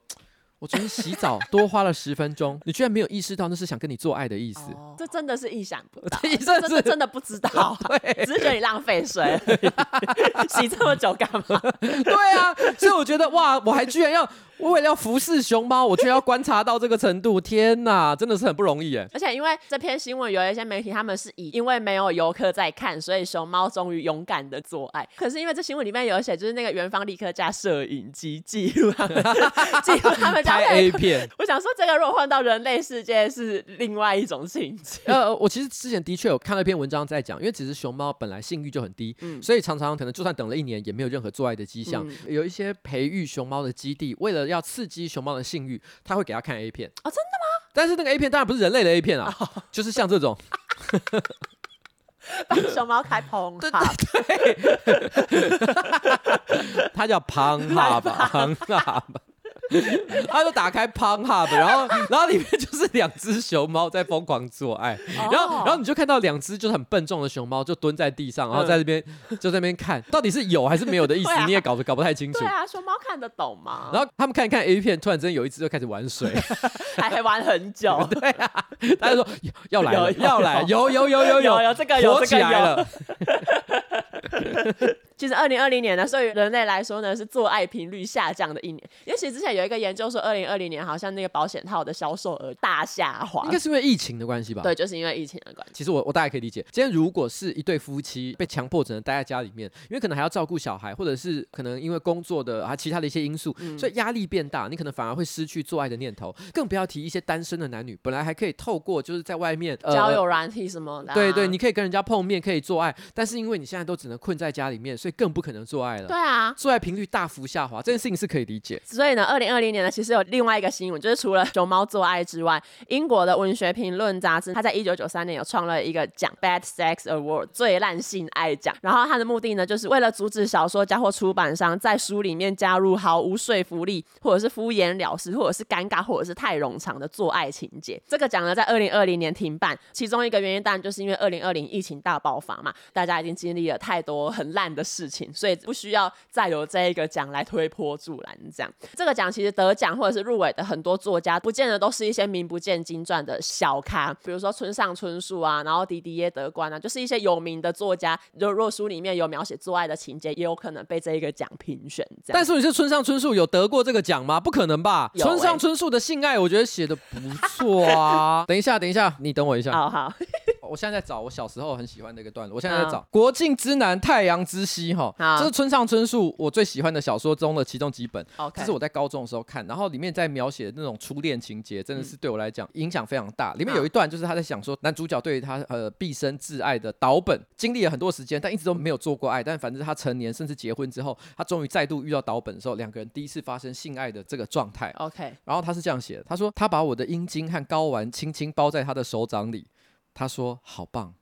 B: 我昨天洗澡多花了十分钟，你居然没有意识到那是想跟你做爱的意思。
A: 这真的是意想不到，
B: 这
A: 这
B: 哦真的
A: 真
B: 是
A: 的真的不知道啊，只是觉得你浪费水 而已，洗这么久干嘛？
B: 对啊，所以我觉得哇，我还居然要我为了要服侍熊猫，我居然要观察到这个程度，天哪，真的是很不容易 耶。
A: 而且因为这篇新闻有一些媒体，他们是以因为没有游客在看，所以熊猫终于勇敢的做爱。可是因为这新闻里面有写，就是那个园方立刻架摄影机记录他们，记录他们交
B: 拍 A
A: 配。
B: 片，
A: 我想说，这个如果换到人类世界是另外一种情景。
B: 呃，我其实之前的确有看到一篇文章在讲，因为其实熊猫本来性欲就很低，
A: 嗯
B: 所以常常可能就算等了一年也没有任何做爱的迹象。呃有一些培育熊猫的基地，为了要刺激熊猫的性欲，他会给它看 A 片。
A: 哦真的哦
B: 吗？但是那个 A 片当然不是人类的 A 片啊，就是像这种，
A: 帮熊猫 开棚
B: 对
A: 好，
B: 它叫 Pang Hub，Pang Hub。他就打开 p o n Hub，然后然后里面就是两只熊猫在疯狂做爱，
A: 哦
B: 然后然后你就看到两只就是很笨重的熊猫就蹲在地上，然后在那边就在那边看，到底是有还是没有的意思
A: 嗯对，啊
B: 你也搞得搞不太清楚
A: 对。啊，熊猫看得懂吗？
B: 然后他们看一看 A 片，突然之间有一只就开始 玩水，
A: 还还玩很久，
B: 对啊，他就说要要来了
A: 有有
B: 要来，有有有有
A: 有有这个有
B: 火
A: 这
B: 起
A: 个
B: 来
A: 有
B: 了，
A: 其实二零二零年呢，对于人类来说呢，是做爱频率下降的一年。因为其实之前有一个研究说，二零二零年好像那个保险套的销售额大下滑
B: 应，该是因为疫情的关系吧？
A: 对，就是因为疫情的关系。
B: 其实我我大概可以理解，今天如果是一对夫妻被强迫只能待在家里面，因为可能还要照顾小孩，或者是可能因为工作的啊其他的一些因素，
A: 嗯
B: 所以压力变大，你可能反而会失去做爱的念头，更不要提一些单身的男女，本来还可以透过就是在外面、呃、
A: 交友软体什么的、啊
B: 对对，你可以跟人家碰面，可以做爱，但是因为你现在都只能能困在家里面，所以更不可能做爱了
A: 对。啊，
B: 做爱频率大幅下滑，这件事情是可以理解。
A: 所以呢，二零二零年呢，其实有另外一个新闻，就是除了熊猫做爱之外，英国的文学评论杂志，它在一九九三年有创了一个奖 Bad Sex Award 最烂性爱奖。然后它的目的呢，就是为了阻止小说家或出版商在书里面加入毫无说服力，或者是敷衍了事，或者是尴尬，或者是太冗长的做爱情节。这个奖呢，在二零二零年停办，其中一个原因当然就是因为二零二零疫情大爆发嘛，大家已经经历了太多很烂的事情，所以不需要再有这一个奖来推波助澜。这样，这个奖其实得奖或者是入围的很多作家，不见得都是一些名不见经传的小咖，比如说村上春树啊，然后迪迪耶德关啊，就是一些有名的作家。就若书里面有描写做爱的情节，也有可能被这一个奖评选。这样
B: 但，是你是村上春树有得过这个奖吗？不可能吧！
A: 有欸
B: 村上春树的性爱，我觉得写的不错啊。 等一下，等一下，你等我一下，
A: 哦好
B: 我现在在找我小时候很喜欢的一个段落，我现在在找《国境之南，太阳之西》哈，
A: 嗯好
B: 这是村上春树我最喜欢的小说中的其中几本。
A: ，OK，
B: 这是我在高中的时候看，然后里面在描写那种初恋情节，真的
A: 嗯
B: 是对我来讲影响非常大。里面有一段就是他在想说，男主角对于他呃毕生挚爱的岛本，经历了很多时间，但一直都没有做过爱。但反正他成年甚至结婚之后，他终于再度遇到岛本的时候，两个人第一次发生性爱的这个状态。
A: OK，
B: 然后他是这样写的，他说他把我的阴茎和睾丸轻轻包在他的手掌里，他说好棒，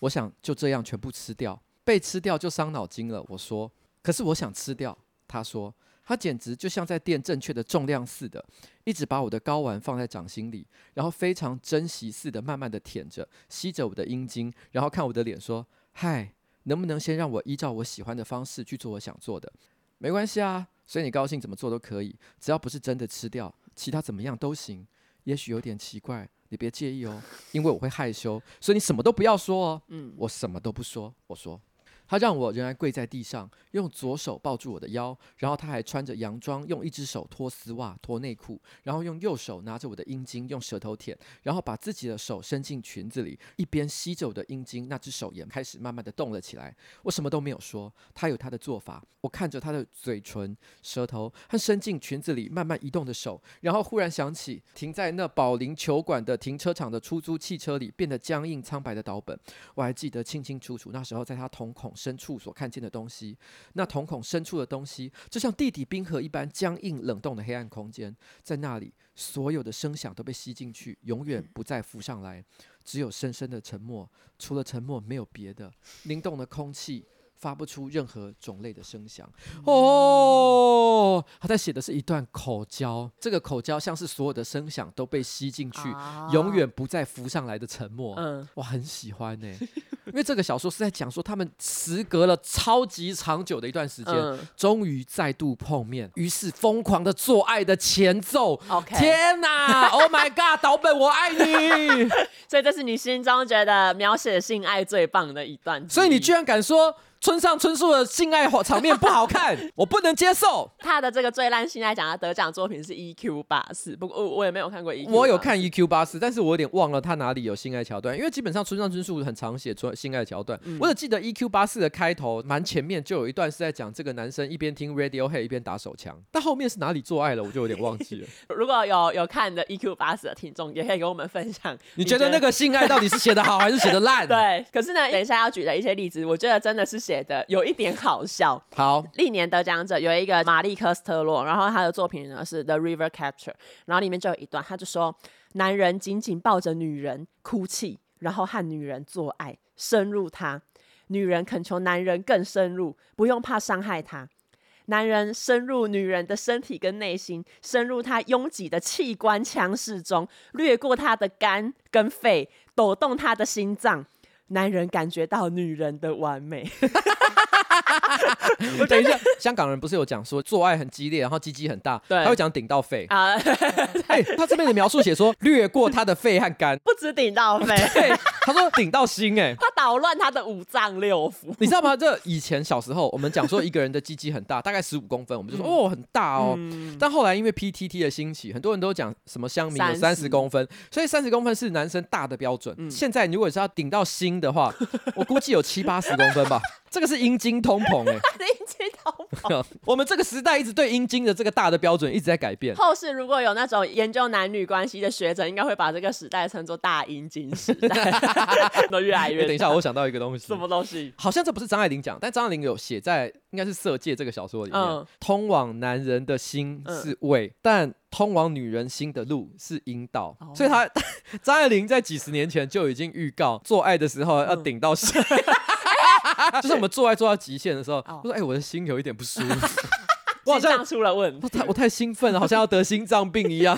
B: 我想就这样全部吃掉，被吃掉就伤脑筋了。我说，可是我想吃掉，他说他简直就像在垫正确的重量似的，一直把我的睾丸放在掌心里，然后非常珍惜似的慢慢的舔着，吸着我的阴茎，然后看我的脸说，嗨，能不能先让我依照我喜欢的方式去做我想做的？没关系啊，所以你高兴怎么做都可以，只要不是真的吃掉，其他怎么样都行。也许有点奇怪，你别介意哦，因为我会害羞，所以你什么都不要说哦。嗯，我什么都不说。我说，他让我仍然跪在地上，用左手抱住我的腰，然后他还穿着洋装，用一只手脱丝袜、脱内裤，然后用右手拿着我的阴茎，用舌头舔，然后把自己的手伸进裙子里，一边吸着我的阴茎，那只手也开始慢慢的动了起来。我什么都没有说，他有他的做法。我看着他的嘴唇、舌头和伸进裙子里慢慢移动的手，然后忽然想起停在那保龄球馆的停车场的出租汽车里变得僵硬苍白的岛本。我还记得清清楚楚，那时候在他瞳孔深处所看见的东西。那瞳孔深处的东西，就像地底冰河一般僵硬冷冻的黑暗空间，在那里，所有的声响都被吸进去，永远不再浮上来。只有深深的沉默，除了沉默没有别的。凝冻的空气发不出任何种类的声响。哦，他在写的是一段口交，这个口交像是所有的声响都被吸进去，
A: 啊
B: 永远不再浮上来的沉默。
A: 嗯，
B: 我很喜欢呢、欸因为这个小说是在讲说他们时隔了超级长久的一段时间，
A: 嗯
B: 终于再度碰面，于是疯狂的做爱的前奏。
A: OK
B: 天哪！Oh my god，岛 本，我爱你。
A: 所以这是你心中觉得描写性爱最棒的一段之一。
B: 所以你居然敢说村上春树的性爱场面不好看，我不能接受。
A: 他的这个最烂性爱奖的得奖作品是 EQ 八四，不过我我也没有看过 E EQ，
B: 我有
A: 84
B: 看 EQ 八四，但是我有点忘了他哪里有性爱桥段，因为基本上村上春树很常写出性爱桥段。
A: 嗯
B: 我只记得 EQ 八四的开头蛮前面就有一段是在讲这个男生一边听 Radiohead 一边打手枪，但后面是哪里做爱了，我就有点忘记了。
A: 如果有有看的 EQ 八四的听众，也可以跟我们分享。
B: 你觉得那个性爱到底是写的好还是写的烂？，
A: 对？可是呢，等一下要举的一些例子，我觉得真的是写的有一点好笑。
B: 好，
A: 历年得奖者有一个玛丽科斯特洛，然后他的作品呢是《The River Capture》，然后里面就有一段，他就说：“男人紧紧抱着女人哭泣，然后和女人做爱，深入她。女人恳求男人更深入，不用怕伤害她。男人深入女人的身体跟内心，深入她拥挤的器官腔室中，掠过她的肝跟肺，抖动她的心脏。男人感觉到女人的完美。
B: 我等一下，香港人不是有讲说做爱很激烈，然后鸡鸡很大，
A: 对
B: 他会讲顶到肺。
A: 啊，
B: 哎、他这边的描述写说掠过他的肺和肝，
A: 不止顶到肺，
B: 对，他说顶到心哎、
A: 他捣乱他的五脏六腑。
B: 你知道吗？这以前小时候，我们讲说一个人的鸡鸡很大，大概十五公分，我们就说、
A: 嗯
B: 哦很大哦。但后来因为 PTT 的兴起，很多人都讲什么香米有三十
A: 30
B: 公分，所以三十公分是男生大的标准。
A: 嗯
B: 现在如果是要顶到心 的话，我估计有七八十公分吧。这个是阴茎通膨 哎、
A: 你知道吗？
B: 我们这个时代一直对阴茎的这个大的标准一直在改变。
A: 后世如果有那种研究男女关系的学者，应该会把这个时代称作大阴茎时代，都越来
B: 哎
A: 越
B: 等一下，下我想到一个东西
A: 什，么东西？
B: 好像这不是张爱玲讲，但张爱玲有写在应该是《色戒》这个小说里面，
A: 嗯
B: 通往男人的心
A: 嗯
B: 是胃，但通往女人心的路是阴道。
A: 哦
B: 所以她 张爱玲在几十年前就已经预告，做爱的时候要
A: 嗯
B: 顶到 心。就是我们做爱做到极限的时候，
A: 哦
B: 我说：“哎、我的心有一点不舒 服，我好
A: 心
B: 像
A: 脏出了问
B: 我
A: 题
B: 太。我太兴奋了，好像要得心脏病一 样。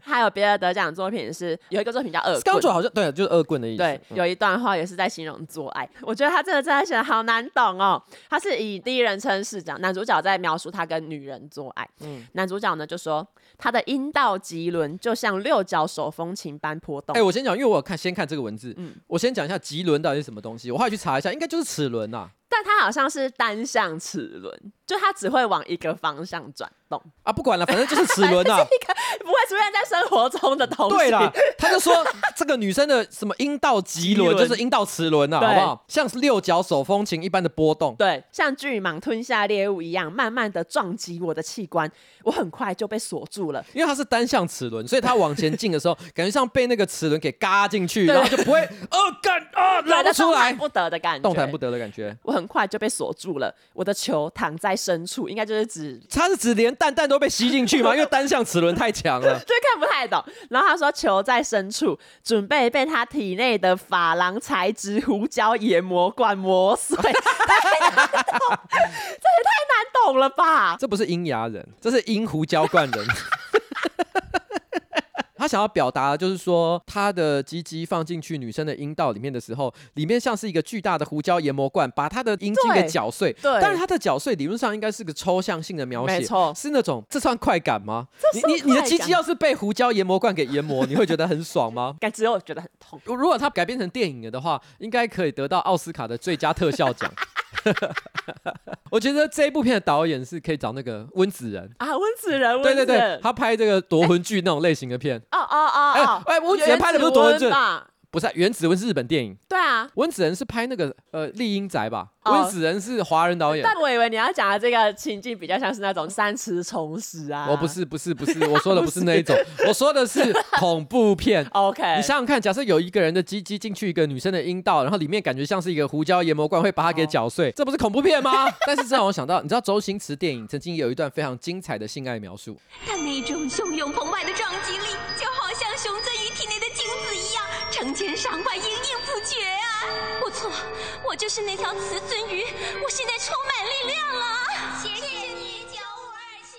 A: 还有别的得奖作品是有一个作品叫《恶棍
B: 刚主好像对，就是恶棍的意思。嗯
A: 对，有一段话也是在形容做爱，我觉得他这个真的写的好难懂哦。他是以第一人称视角，男主角在描述他跟女人做爱。
B: 嗯
A: 男主角呢就说，他的阴道棘轮就像六角手风琴般波动。
B: 哎、我先讲，因为我有看先看这个文字，
A: 嗯
B: 我先讲一下棘轮到底是什么东西，我后来去查一下，应该就是齿轮啊呐、
A: 但他好像是单向齿轮，就他只会往一个方向转动，
B: 啊，不管了，反正就是齿轮
A: 哎
B: 呐、
A: 不会出现在生活中的东西。
B: 对啦，他就说这个女生的什么阴道棘轮
A: 棘轮
B: 就是阴道齿轮呐，啊
A: 对
B: 好不好？像是六角手风琴一般的波动。
A: 对，像巨蟒吞下猎物一样，慢慢的撞击我的器官，我很快就被锁住了。
B: 因为它是单向齿轮，所以它往前进的 时候，感觉像被那个齿轮给嘎进去，
A: 对
B: 然后就不会哦干啊
A: 对
B: 拉不
A: 那
B: 出
A: 动弹
B: 来，
A: 不得的感觉，
B: 动弹不得的感觉。
A: 我很快就被锁住了，我的球躺在深处，应该就是指
B: 它是指连蛋蛋都被吸进
A: 。
B: 去吗？因为单向齿轮太强了
A: 就看不太懂。然后他说球在深处，准备被他体内的珐琅材质胡椒研磨罐磨 碎，太难懂，这也太难懂了吧？
B: 这不是阴牙人，这是阴胡椒灌人。 他想要表达的就是说，他的鸡鸡放进去女生的阴道里面的时候，里面像是一个巨大的胡椒研磨罐，把她的阴茎给
A: 对
B: 搅碎。
A: 对
B: 但是他的搅碎理论上应该是个抽象性的描写，
A: 没错
B: 是那种这算快感吗？
A: 算
B: 你你你的
A: 快
B: 鸡
A: 感
B: 鸡要是被胡椒研磨罐给研磨，你会觉得很爽吗？
A: 感只有觉得很痛。
B: 如如果它改编成电影了的话，应该可以得到奥斯卡的最佳特效奖。 我觉得这一部片的导演是可以找那个温子仁，
A: 啊，温子仁，
B: 对对
A: 温
B: 啊
A: 子
B: 对
A: 仁，
B: 他拍这个夺魂剧那种类型的片。
A: 哦哦哦哦，
B: 哎哎温子仁拍的不
A: 原
B: 是
A: 子
B: 夺魂剧
A: 温吧？
B: 不是啊，原子温是日本电影，
A: 对啊，
B: 温子仁是拍那个呃《丽英宅》吧？
A: 哦
B: 温子仁是华人导演。
A: 但我以为你要讲的这个情境比较像是那种三尺虫食啊，
B: 我不是不是不是，我说的不是那一种， 我说的是恐怖片。
A: ，OK，
B: 你想想看，假设有一个人的鸡鸡进去一个女生的阴道，然后里面感觉像是一个胡椒研磨罐，会把它
A: 哦
B: 给搅碎，这不是恐怖片吗？ 但是这让我想到，你知道周星驰电影曾经有一段非常精彩的性爱描述，
C: 但那种汹涌澎湃的撞击力，就好像熊钻于体内的精子一样，成千上万，营营不绝啊！不错，我就是那条雌鳟鱼，我现在充满力量了啊！谢谢你，九五二七。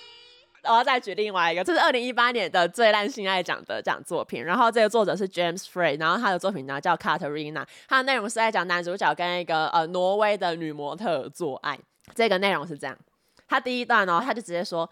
A: 我要再举另外一个，这是二零一八年的最烂性爱奖得奖作品，然后这个作者是 James Frey，然后他的作品呢叫 Katerina，他的内容是在讲男主角跟一个呃挪威的女模特做爱，这个内容是这样，他第一段哦，他就直接说。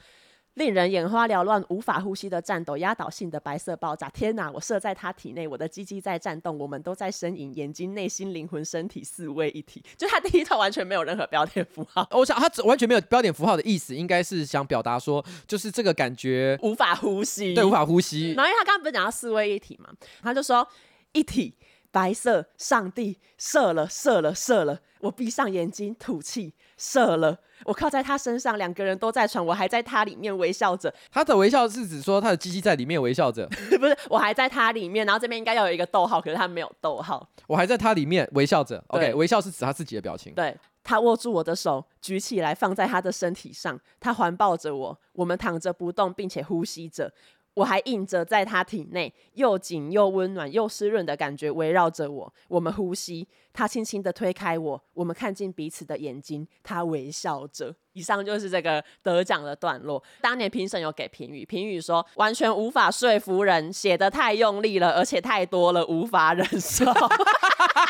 A: 令人眼花缭乱、无法呼吸的颤抖，压倒性的白色爆炸！天哪，我射在他体内，我的鸡鸡在颤动，我们都在呻吟，眼睛、内心、灵魂、身体四位一体。 就他第一段完全没有任何标点符号，
B: 我想他只完全没有标点符号的意思，应该是想表达说，就是这个感觉
A: 无法呼吸，
B: 对无法呼吸。
A: 然后因为他刚刚不是讲到四位一体嘛，他就说一体白色上帝射了射了射了，我闭上眼睛吐气射了，我靠在他身上，两个人都在床，我还在他里面微笑着，
B: 他的微笑是指说他的鸡鸡在里面微笑着，
A: 不是我还在他里面，然后这边应该要有一个逗号，可是他没有逗号，
B: 我还在他里面微笑着。OK，
A: 对
B: 微笑是指他自己的表情。
A: 对。他握住我的手，举起来放在他的身体上，他环抱着我，我们躺着不动，并且呼吸着，我还印着在他体内，又紧又温暖又湿润的感觉围绕着我。我们呼吸，他轻轻的推开我，我们看进彼此的眼睛，他微笑着。以上就是这个得奖的段落。当年评审有给评语，评语说完全无法说服人，写的太用力了，而且太多了，无法忍受。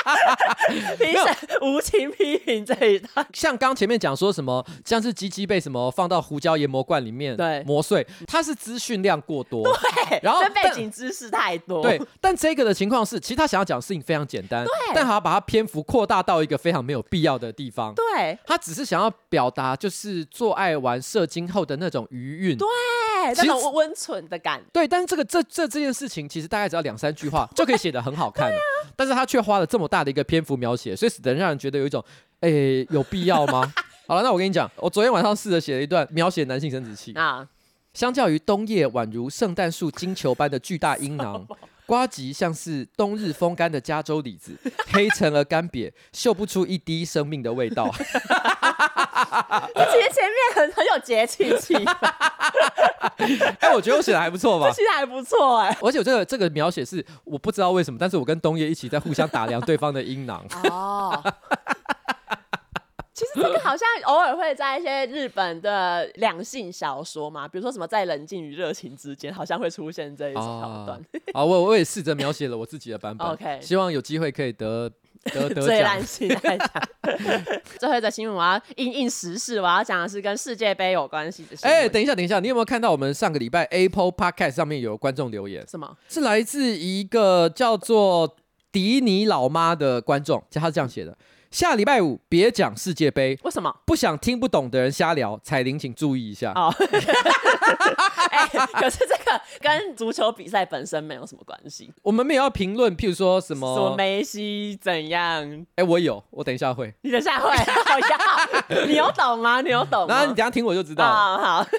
A: 评审无情批评这一段，
B: 像刚前面讲说什么，像是鸡鸡被什么放到胡椒研磨罐里面
A: 对
B: 磨碎，它是资讯量过多。
A: 嘿
B: 然后
A: 这背
B: 但
A: 景知识太多，
B: 对，但这个的情况是，其实他想要讲的事情非常简单，但好像把它篇幅扩大到一个非常没有必要的地方。
A: 对
B: 他只是想要表达，就是做爱完射精后的那种余韵。对，
A: 哎，
B: 其
A: 那
B: 实
A: 种温存的感觉。
B: 但是这个这这这件事情，其实大概只要两三句 话就可以写得很好看了。
A: 啊
B: 但是他却花了这么大的一个篇幅描写，所以使得让人觉得有一种，诶、有必要 吗？好了，那我跟你讲，我昨天晚上试着写了一段描写男 性生殖器。
A: 啊，
B: 相较于冬夜宛如圣诞树金球般的巨大阴囊，瓜吉像是冬日风干的加州李子，黑成了干瘪，嗅不出一滴生命的味 道。
A: 其实前面很很有节气 气，这
B: 哎、我觉得我写的还不 错吧。
A: 其实还不错哎、
B: 而且我这个这个描写是我不知道为什么，但是我跟冬叶一起在互相打量对方的 阴囊。
A: 哦。其实这个好像偶尔会在一些日本的两性小说嘛，比如说什么在冷静与热情之间，好像会出现这一哦桥段。
B: 啊 好，我我也试着描写了我自己的版本
A: OK
B: 希望有机会可以得得得
A: 最
B: 奖
A: 烂。性来讲， 最后一则新闻我要应应时事，我要讲的是跟世界杯有关系的新闻。
B: 哎、等一下，等一下，你有没有看到我们上个礼拜 Apple Podcast 上面有观众留言？
A: 什么？
B: 是来自一个叫做迪尼老妈的观众，他是这样写的：下礼拜五别讲世界杯，
A: 为什么？
B: 不想听不懂的人瞎聊，彩铃请注意一下。
A: 哦， 哎、可是这个跟足球比赛本身没有什么关系。
B: 我们没有要评论，譬如说什
A: 什么
B: 么，哎、
A: 梅西怎样？
B: 我有，我等一下会。
A: 你等下会， 好呀，你有懂吗？你有懂吗？
B: 然后你等一下听我就知道了。
A: 哦啊、好。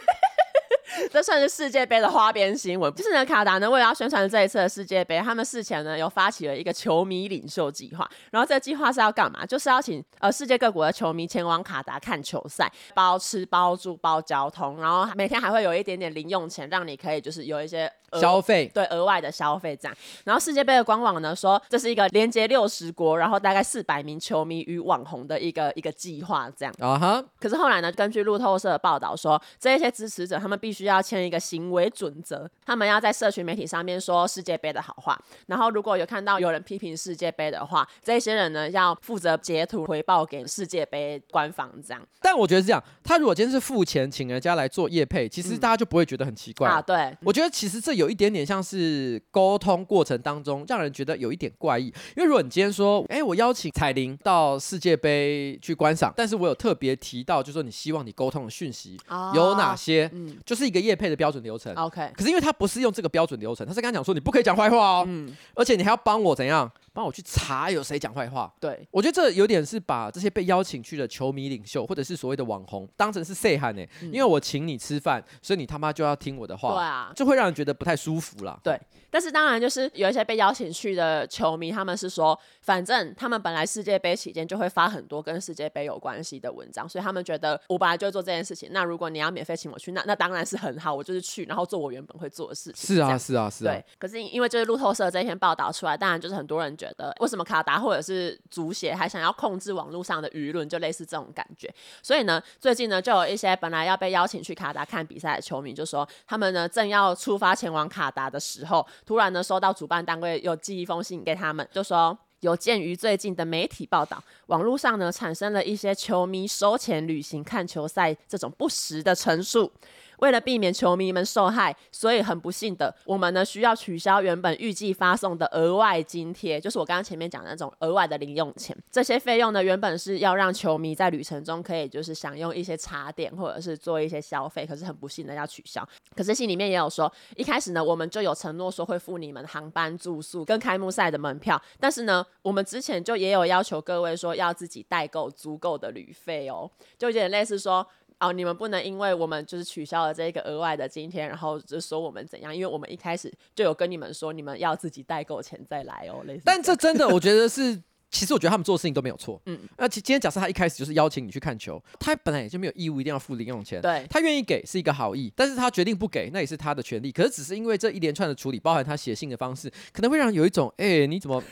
A: 这算是世界杯的花边新闻，就是呢，卡达呢为了要宣传这一次的世界杯，他们事前呢有发起了一个球迷领袖计划，然后这个计划是要干嘛？就是要请呃世界各国的球迷前往卡达看球赛，包吃包住包交通，然后每天还会有一点点零用钱，让你可以就是有一些额
B: 消费
A: 对额外的消费这样。然后世界杯的官网呢说，这是一个连接六十国，然后大概四百名球迷与网红的一个一个计划这样。
B: 啊哈，
A: 可是后来呢，根据路透社的报道说，这一些支持者他们必须要签一个行为准则，他们要在社群媒体上面说世界杯的好话，然后如果有看到有人批评世界杯的话，这些人呢要负责截图回报给世界杯官方这样
B: 但我觉得是这样，他如果今天是付钱请人家来做业配，其
A: 嗯
B: 实大家就不会觉得很奇怪。
A: 啊，对。
B: 我觉得其实这有一点点像是沟通过程当中，让人觉得有一点怪异。因为如果你今天说，哎，我邀请彩铃到世界杯去观赏，但是我有特别提到，就是说你希望你沟通的讯息
A: 哦
B: 有哪些，
A: 嗯哦
B: 就是一个业配的标准流程。
A: ？OK，
B: 可是因为他不是用这个标准流程，他是跟他讲说你不可以讲坏话哦，
A: 嗯，
B: 而且你还要帮我怎样，帮我去查有谁讲坏话。
A: 对，
B: 我觉得这有点是把这些被邀请去的球迷领袖，或者是所谓的网红，当成是 say 喊呢、因为我请你吃饭，所以你他妈就要听我的
A: 嗯
B: 话。
A: 对啊，
B: 就会让人觉得不太舒服啦。
A: 对，但是当然就是有一些被邀请去的球迷，他们是说，反正他们本来世界杯期间就会发很多跟世界杯有关系的文章，所以他们觉得我本来就会做这件事情。那如果你要免费请我去，那那当然是很好，我就是去，然后做我原本会做的事情。
B: 是
A: 这
B: 啊，
A: 样
B: 是啊，是啊
A: 对。，可是因为就是路透社这一篇报道出来，当然就是很多人觉得，为什么卡达或者是足协还想要控制网络上的舆论，就类似这种感觉。所以呢，最近呢，就有一些本来要被邀请去卡达看比赛的球迷，就说他们呢正要出发前往卡达的时候，突然呢收到主办单位又寄一封信给他们，就说。有鉴于最近的媒体报道，网络上呢产生了一些球迷收钱旅行看球赛这种不实的陈述，为了避免球迷们受害，所以很不幸的，我们呢需要取消原本预计发送的额外津贴，就是我刚刚前面讲的那种额外的零用钱。这些费用呢，原本是要让球迷在旅程中可以就是享用一些茶点或者是做一些消费，可是很不幸的要取消。可是信里面也有说，一开始呢，我们就有承诺说会付你们航班、住宿跟开幕赛的门票，但是呢，我们之前就也有要求各位说要自己代购足够的旅费哦，就有点类似说。哦，你们不能因为我们就是取消了这个额外的今天，然后就说我们怎样，因为我们一开始就有跟你们说，你们要自己代购钱再来哦，类似样。
B: 但这真的，我觉得是，其实我觉得他们做的事情都没有错。嗯，那其今天假设他一开始就是邀请你去看球，他本来也就没有义务一定要付零用钱。
A: 对
B: 他愿意给是一个好意，但是他决定不给，那也是他的权利。可是只是因为这一连串的处理，包含他写信的方式，可能会让人有一种，哎、你怎么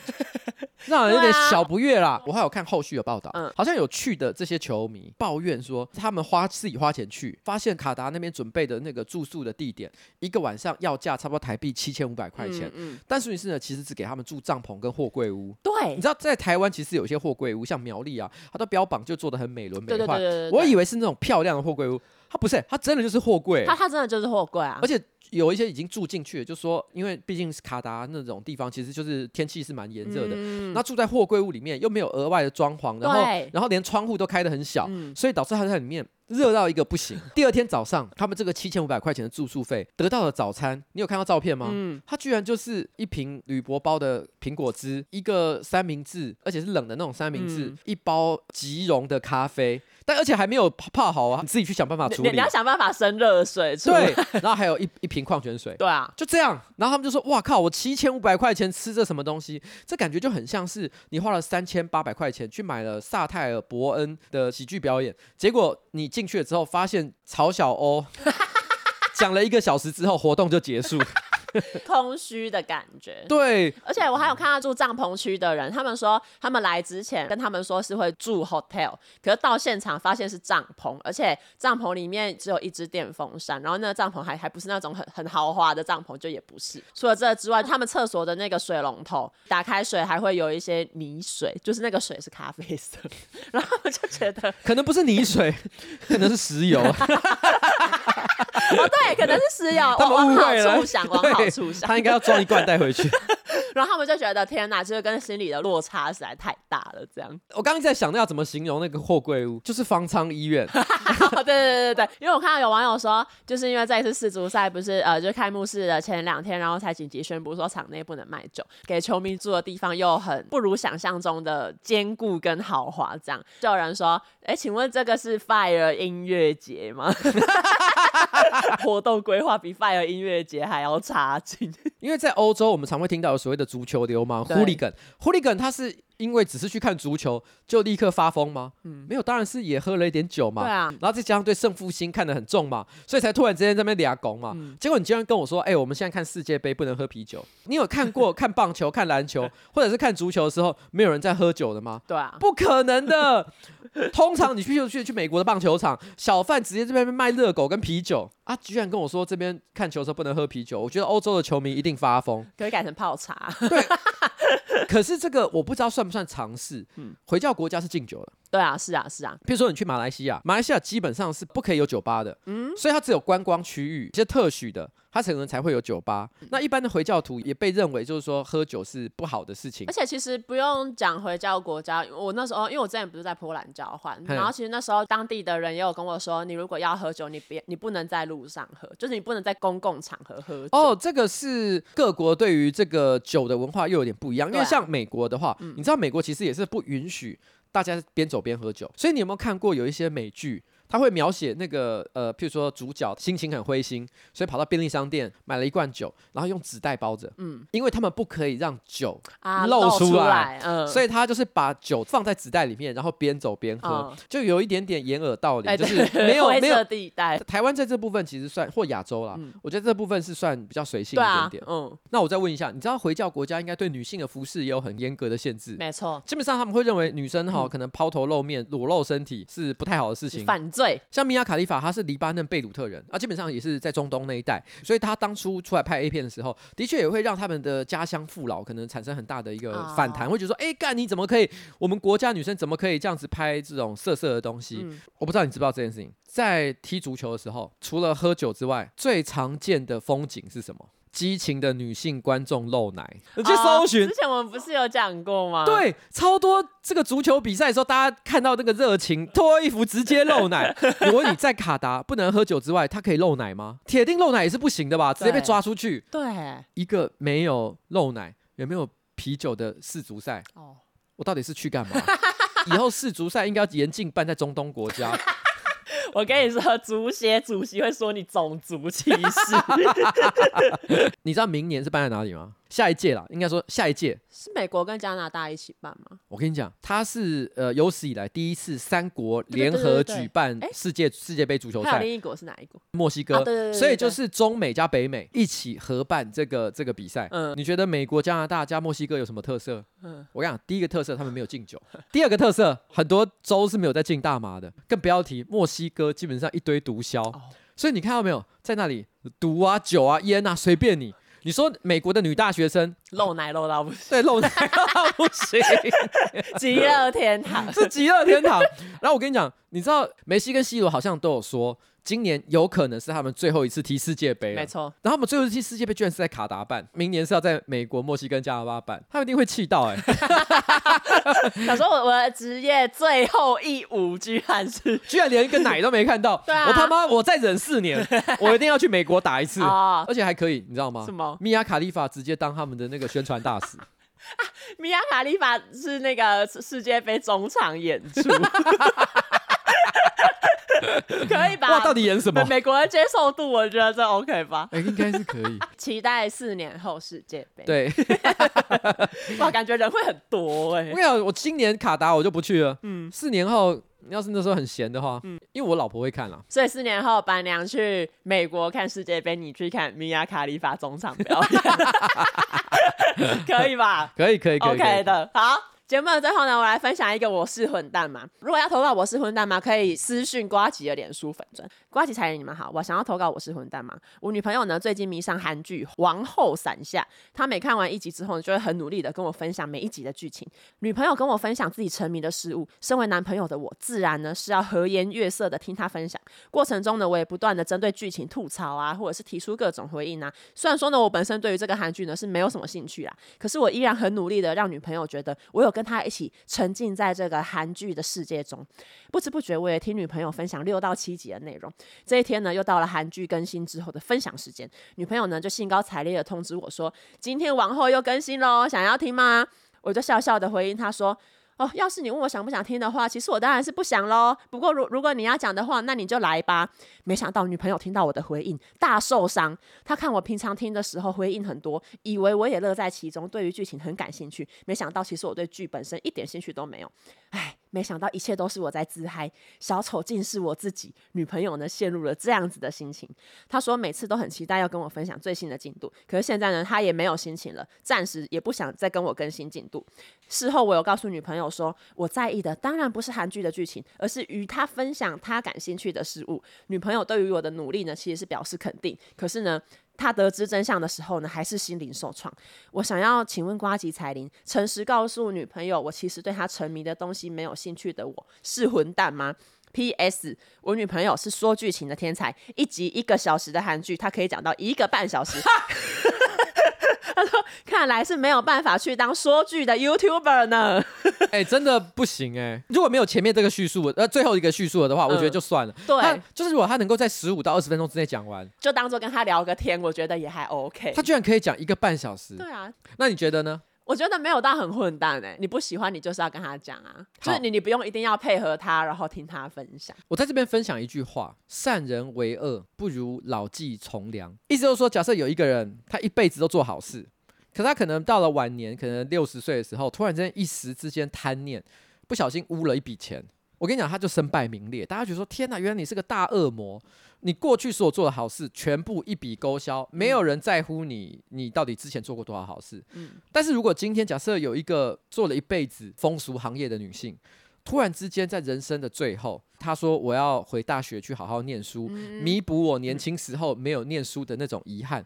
B: 让人有点小不悦啦。我还有看后续的报道，
A: 啊嗯
B: 好像有去的这些球迷抱怨说，他们花自己花钱去，发现卡达那边准备的那个住宿的地点，一个晚上要价差不多台币七千五百块钱。
A: 嗯，嗯
B: 但是于是呢，其实只给他们住帐篷跟货柜屋。
A: 对
B: 你知道，在台湾其实有一些货柜屋，像苗栗啊，它的标榜就做的很美轮美奂。
A: 对对对对对
B: 我以为是那种漂亮的货柜屋，它不是，它真的就是货柜
A: 他。他真的就是货柜啊
B: 而，且有一些已经住进去了，就说因为毕竟是卡达那种地方，其实就是天气是蛮炎热的。
A: 嗯
B: 那住在货柜屋里面又没有额外的装潢，然后
A: 对
B: 然后连窗户都开得很小，
A: 嗯
B: 所以导致他在里面热到一个 不行。第二天早上，他们这个七千五百块钱的住宿费得到了早餐，你有看到照片吗？
A: 嗯，
B: 它居然就是一瓶铝箔包的苹果汁，一个三明治，而且是冷的那种三明治，
A: 嗯
B: 一包即溶的咖啡，但而且还没有泡泡好啊，你自己去想办法处
A: 你
B: 理
A: 你。要想办法生热水 出来
B: 对。，然后还有一一瓶矿泉水。
A: 对啊，
B: 就这样，然后他们就说：“哇靠，我七千五百块钱吃这什么东西？这感觉就很像是你花了三千八百块钱去买了萨泰尔伯恩的喜剧表演，结果你进去了之后，发现曹小欧 讲了一个小时之后，活动就结束。
A: 空虚的感觉。
B: 对，
A: 而且我还有看到住帐篷区的人，他们说他们来之前跟他们说是会住 hotel，可是到现场发现是帐篷，而且帐篷里面只有一只电风扇，然后那个帐篷还还不是那种很很豪华的帐篷，就也不是。除了这之外，他们厕所的那个水龙头打开水还会有一些泥水，就是那个水是咖啡色，然后我就觉 得
B: 可能不是泥水，可能是 石油。
A: 哦对，可能是石油，
B: 他
A: 往往
B: 们误
A: 好
B: 会了，
A: 处想，往好
B: 对
A: 处想。
B: 他应该要装一罐带回去。
A: 然后他们就觉得天哪，就是跟心理的落差实在太大了，这样。
B: 我刚刚在想要怎么形容那个货柜屋，就是方舱医院。
A: 对对对对对，因为我看到有网友说，就是因为这一次世足赛不是呃，就是开幕式的前两天，然后才紧急宣布说场内不能卖酒，给球迷住的地方又很不如想象中的坚固跟豪华，这样就有人说，哎，请问这个是 Fire 音乐节吗？ 活动规划比 Fire 音乐节还要差劲，
B: 因为在欧洲，我们常会听到有所谓的足球流氓
A: 对
B: （hooligan）。hooligan 他是因为只是去看足球就立刻发疯吗？没有，当然是也喝了一点酒嘛。
A: 嗯对啊
B: 然后再加上对胜负心看得很重嘛，所以才突然之间在那边俩拱嘛。
A: 嗯
B: 结果你竟然跟我说：“哎、我们现在看世界杯不能喝啤酒。”你有看过看棒球、看 篮球或者是看足球的时候，没有人在喝酒的吗？
A: 对啊，
B: 不可能的。通常你去就去去美国的棒球场，小贩直接这边卖热狗跟啤酒啊，居然跟我说这边看球的时候不能喝啤酒，我觉得欧洲的球迷一定发疯。
A: 可以改成泡茶，
B: 可是这个我不知道算不算尝试。回教国家是禁酒的，
A: 对啊，是啊是啊，
B: 譬如说你去马来西亚，马来西亚基本上是不可以有酒吧的，所以它只有观光区域一些特许的，它可能才会有酒吧。那一般的回教徒也被认为就是说喝酒是不好的事情
A: 而。且其实不用讲回教国家，我那时候因为我之前不是在波兰交换，
B: 嘿
A: 然后其实那时候当地的人也有跟我说，你如果要喝酒，你别你不能在路上喝，就是你不能在公共场合喝酒。
B: 哦，这个是各国对于这个酒的文化又有点不一样，因
A: 对
B: 为
A: 啊嗯
B: 像美国的话，你知道美国其实也是不允许大家边走边喝酒，所以你有没有看过有一些美剧？他会描写那个呃，譬如说主角心情很灰心，所以跑到便利商店买了一罐酒，然后用纸袋包着，嗯，因为他们不可以让酒，
A: 啊，
B: 露
A: 露
B: 出来
A: 来，嗯，
B: 所
A: 以
B: 以他就是把酒放在纸袋里面，然后边走边喝，
A: 嗯
B: 就有一点点掩耳盗铃，
A: 哎，
B: 就
A: 对
B: 是没有
A: 灰
B: 没有
A: 色地带，
B: 台湾在这部分其实算或亚洲啦，我觉得这部分是算比较随
A: 嗯
B: 性
A: 对
B: 一
A: 啊
B: 点点，。
A: 嗯，
B: 那我再问一下，你知道回教国家应该对女性的服饰也有很严格的限制？
A: 没错，
B: 基本上他们会认为女生哈、可能抛头露面、裸露身体是不太好的事情。
A: 犯罪，
B: 像米娅卡利法，她是黎巴嫩贝鲁特人啊，基本上也是在中东那一带，所以她当初出来拍 A 片的时候，的确也会让他们的家乡父老可能产生很大的一个反弹，
A: 哦
B: 会觉得说，哎、干你怎么可以？我们国家女生怎么可以这样子拍这种色色的东西？
A: 嗯
B: 我不知道你知不知道这件事情，在踢足球的时候，除了喝酒之外，最常见的风景是什么？激情的女性观众露奶，你去
A: 啊
B: 搜寻
A: 之，前我们不是有讲过吗？，
B: 对，超多这个足球比赛的时候，大家看到那个热情，脱衣服直接 露奶。我问你，在卡达不能喝酒之外，他可以露奶吗？铁定露奶也是不行的吧，直接被
A: 对
B: 抓出去。
A: 对，
B: 一个没有露奶，也没有啤酒的世足赛，
A: 哦，
B: 我到底是去 干嘛？以后世足赛应该要严禁办在中东国家，
A: 我跟你说，足协主席会说你种族歧 视，
B: 你知道明年是办在哪里吗？下一届啦，应该说下一届。
A: 是美国跟加拿大一起办吗？
B: 我跟你讲，它是呃有史以来第一次三国
A: 对对
B: 联
A: 对
B: 合
A: 对
B: 举办
A: 诶
B: 世界世界杯足球
A: 还有
B: 赛，
A: 另一国是哪一国？
B: 墨西哥，
A: 啊对对对对
B: 所以就
A: 对
B: 是中美加北美一起合办这个这个比赛。嗯
A: 嗯，
B: 你觉得美国、加拿大加墨西哥有什么特色？嗯
A: 嗯，
B: 我跟你讲，第一个特色他们没有禁酒， 第二个特色很多州是没有在禁大麻的，更不要提墨西哥基本上一堆毒枭，
A: 哦
B: 所以你看到没有，在那里毒啊、酒啊、烟啊，随便你。你说美国的女大学生
A: 露奶露到不行。
B: 对露奶啊 不行，
A: 极乐天堂
B: 是极乐天堂。然后我跟你讲，你知道梅西跟 C 罗好像都有说，今年有可能是他们最后一次踢世界杯了
A: 没。错，
B: 然后他们最后一次踢世界杯居然是在卡达办，明年是要在美国、墨西哥跟加拿大办，他们一定会气 到哎、
A: 想说我我的职业最后一舞居然是
B: 居然连一个奶都没看到，
A: 对啊
B: 我他妈我再忍四 年，我一定要去美国打一次，
A: 哦
B: 而且还可以，你知道吗？
A: 什么
B: 米娅卡利法直接当他们的那个宣传大 使，
A: 米亚卡利法是那个世世界杯中场演出， 可以吧？
B: 哇，到底演什么
A: 美？美国的接受度，我觉得这 OK 吧？
B: 哎、应该是 可以，
A: 期待四年后世界杯。，
B: 对。
A: 哇，感觉人会很多哎、
B: 我跟你讲，我今年卡达我就不去了。嗯，四年后要是那时候很闲的话，
A: 嗯
B: 因为我老婆会看啦。
A: 所以四年后，板娘去美国看世界杯，你去看米亚卡利法中场表演， 可以吧
B: 可以，可以，可以。可以
A: OK 的，好。节目的最后呢，我来分享一个我是混蛋嘛。如果要投稿我是混蛋嘛，可以私讯瓜吉的脸书粉专。瓜吉才人你们好，我想要投稿我是混蛋嘛。我女朋友呢最近迷上韩剧《王后伞下》，她每看完一集之后呢，就会很努力的跟我分享每一集的剧情。女朋友跟我分享自己沉迷的事物，身为男朋友的我，自然呢是要和颜悦色的听她分享。过程中呢，我也不断的针对剧情吐槽啊，或者是提出各种回应啊。虽然说呢，我本身对于这个韩剧呢是没有什么兴趣啦，可是我依然很努力的让女朋友觉得我有跟她一起沉浸在这个韩剧的世界中。不知不觉，我也听女朋友分享六到七集的内容。这一天呢，又到了韩剧更新之后的分享时间，女朋友呢就兴高采烈的通知我说，今天王后又更新喽，想要听吗？我就笑笑的回应她说。 哦，要是你问我想不想听的话，其实我当然是不想喽。不过如如果你要讲的话，那你就来吧。没想到女朋友听到我的回应，大受伤。她看我平常听的时候回应很多，以为我也乐在其中，对于剧情很感兴趣。没想到其实我对剧本身一点兴趣都没有。唉，没想到一切都是我在自嗨，小丑竟是我自己。女朋友呢，陷入了这样子的心情。她说每次都很期待要跟我分享最新的进度，可是现在呢，她也没有心情了，暂时也不想再跟我更新进度。事后我有告诉女朋友说，我在意的当然不是韩剧的剧情，而是与她分享她感兴趣的事物。女朋友对于我的努力呢，其实是表示肯定，可是呢。她得知真相的时候呢，还是心灵受创。我想要请问瓜吉彩铃，诚实告诉女朋友，我其实对她沉迷的东西没有兴趣的我，是混蛋吗？P.S. 我女朋友是说剧情的天才，一集一个小时的韩剧，她可以讲到一个半小时。她说：“看来是没有办法去当说剧的 YouTuber 呢。”
B: 哎、真的不行哎、如果没有前面这个叙述，呃，最后一个叙述了的话，我
A: 嗯
B: 觉得就算了。
A: 对
B: 他就是如果他能够在十五到二十分钟之内讲完，
A: 就当做跟他聊个天，我觉得也还 OK
B: 他。居然可以讲一个半小时，
A: 对啊，
B: 那你觉得呢？
A: 我觉得没有到很混蛋哎、你不喜欢你就是要跟他讲啊，就是你你不用一定要配合他，然后听他分享。
B: 我在这边分享一句话：善人为恶，不如老骥从良。意思就是说，假设有一个人，他一辈子都做好事，可他可能到了晚年，可能六十岁的时候，突然间一时之间贪念，不小心污了一笔钱。我跟你讲，他就身败名裂。大家觉得说：“天哪，原来你是个大恶魔！你过去所做的好事，全部一笔勾销，没有人在乎你，你到底之前做过多少好事。”但是如果今天假设有一个做了一辈子风俗行业的女性，突然之间在人生的最后，她说我要回大学去好好念书，弥补我年轻时候没有念书的那种遗憾。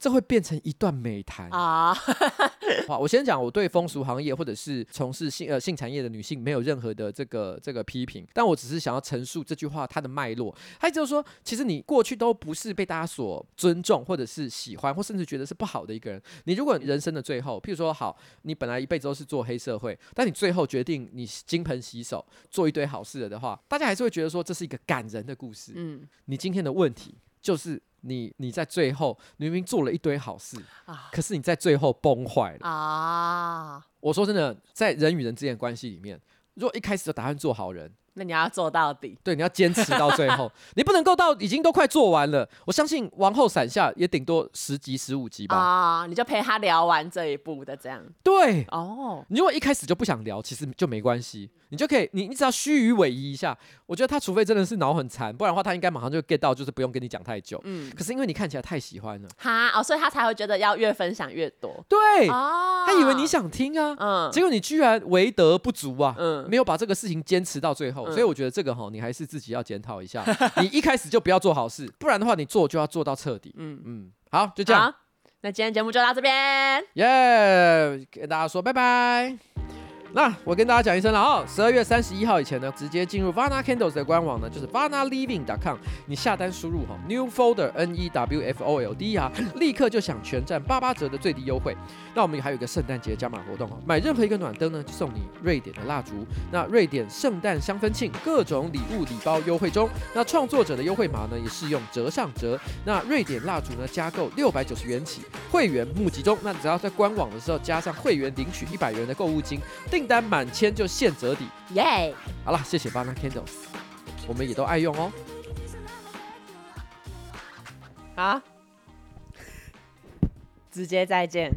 B: 这会变成一段美谈
A: 啊，
B: 好，我先讲我对风俗行业或者是从事性呃性产业的女性没有任何的这个这个批评，但我只是想要陈述这句话它的脉络。它就是说，其实你过去都不是被大家所尊重，或者是喜欢，或甚至觉得是不好的一个人。你如果人生的最后，譬如说，好，你本来一辈子都是做黑社会，但你最后决定你金盆洗手做一堆好事了的话，大家还是会觉得说这是一个感人的故事。
A: 嗯
B: 你今天的问题就是你你在最后你明明做了一堆好事，
A: 啊
B: 可是你在最后崩坏了。
A: 啊，
B: 我说真的，在人与人之间的关系里面，如果一开始就打算做好人，
A: 那你要做到底。
B: 对，你要坚持到最 后，你不能够到已经都快做完了。我相信《王后伞下》也顶多十集、十五集吧。
A: 啊，你就陪他聊完这一步的这样
B: 对，
A: 哦，
B: 你如果一开始就不想聊，其实就没关系，你就可以，你你只要虚与委蛇一下。我觉得他除非真的是脑很残，不然的话他应该马上就 get 到，就是不用跟你讲太久。
A: 嗯，
B: 可是因为你看起来太喜欢了，
A: 哈哦，所以他才会觉得要越分享越多
B: 对，
A: 哦，
B: 哎他以为你，想听啊，
A: 嗯
B: 结果你居然为德不足啊，
A: 嗯
B: 没有把这个事情坚持到最后，
A: 嗯
B: 所以我觉得这个哈，你还是自己要检讨 一下，你一开始就不要做好事，不然的话你做就要做到彻底。
A: 嗯，
B: 嗯，好，就这样，
A: 好，那今天节目就到这边。
B: 耶，跟大家说拜拜。那我跟大家讲一声了啊、哦，十二月三十一号以前呢，直接进入 Vana Candles 的官网呢，就是 vanaliving.com，你下单输入哈、new folder n e w f o l d 啊，立刻就享全站八八折的最低优惠。那我们还有一个圣诞节加码活动哦，买任何一个暖灯呢，就送你瑞典的蜡烛。那瑞典圣诞香氛庆各种礼物礼包优惠中，那创作者的优惠码呢也是用折上折。那瑞典蜡烛呢加购六百九十元起，会员募集中。那只要在官网的时候加上会员领取一百元的购物金，订单满千就现折抵。
A: 耶！
B: 好啦，谢谢 Banana Candles，我们也都爱用哦。
A: 好，直接再见。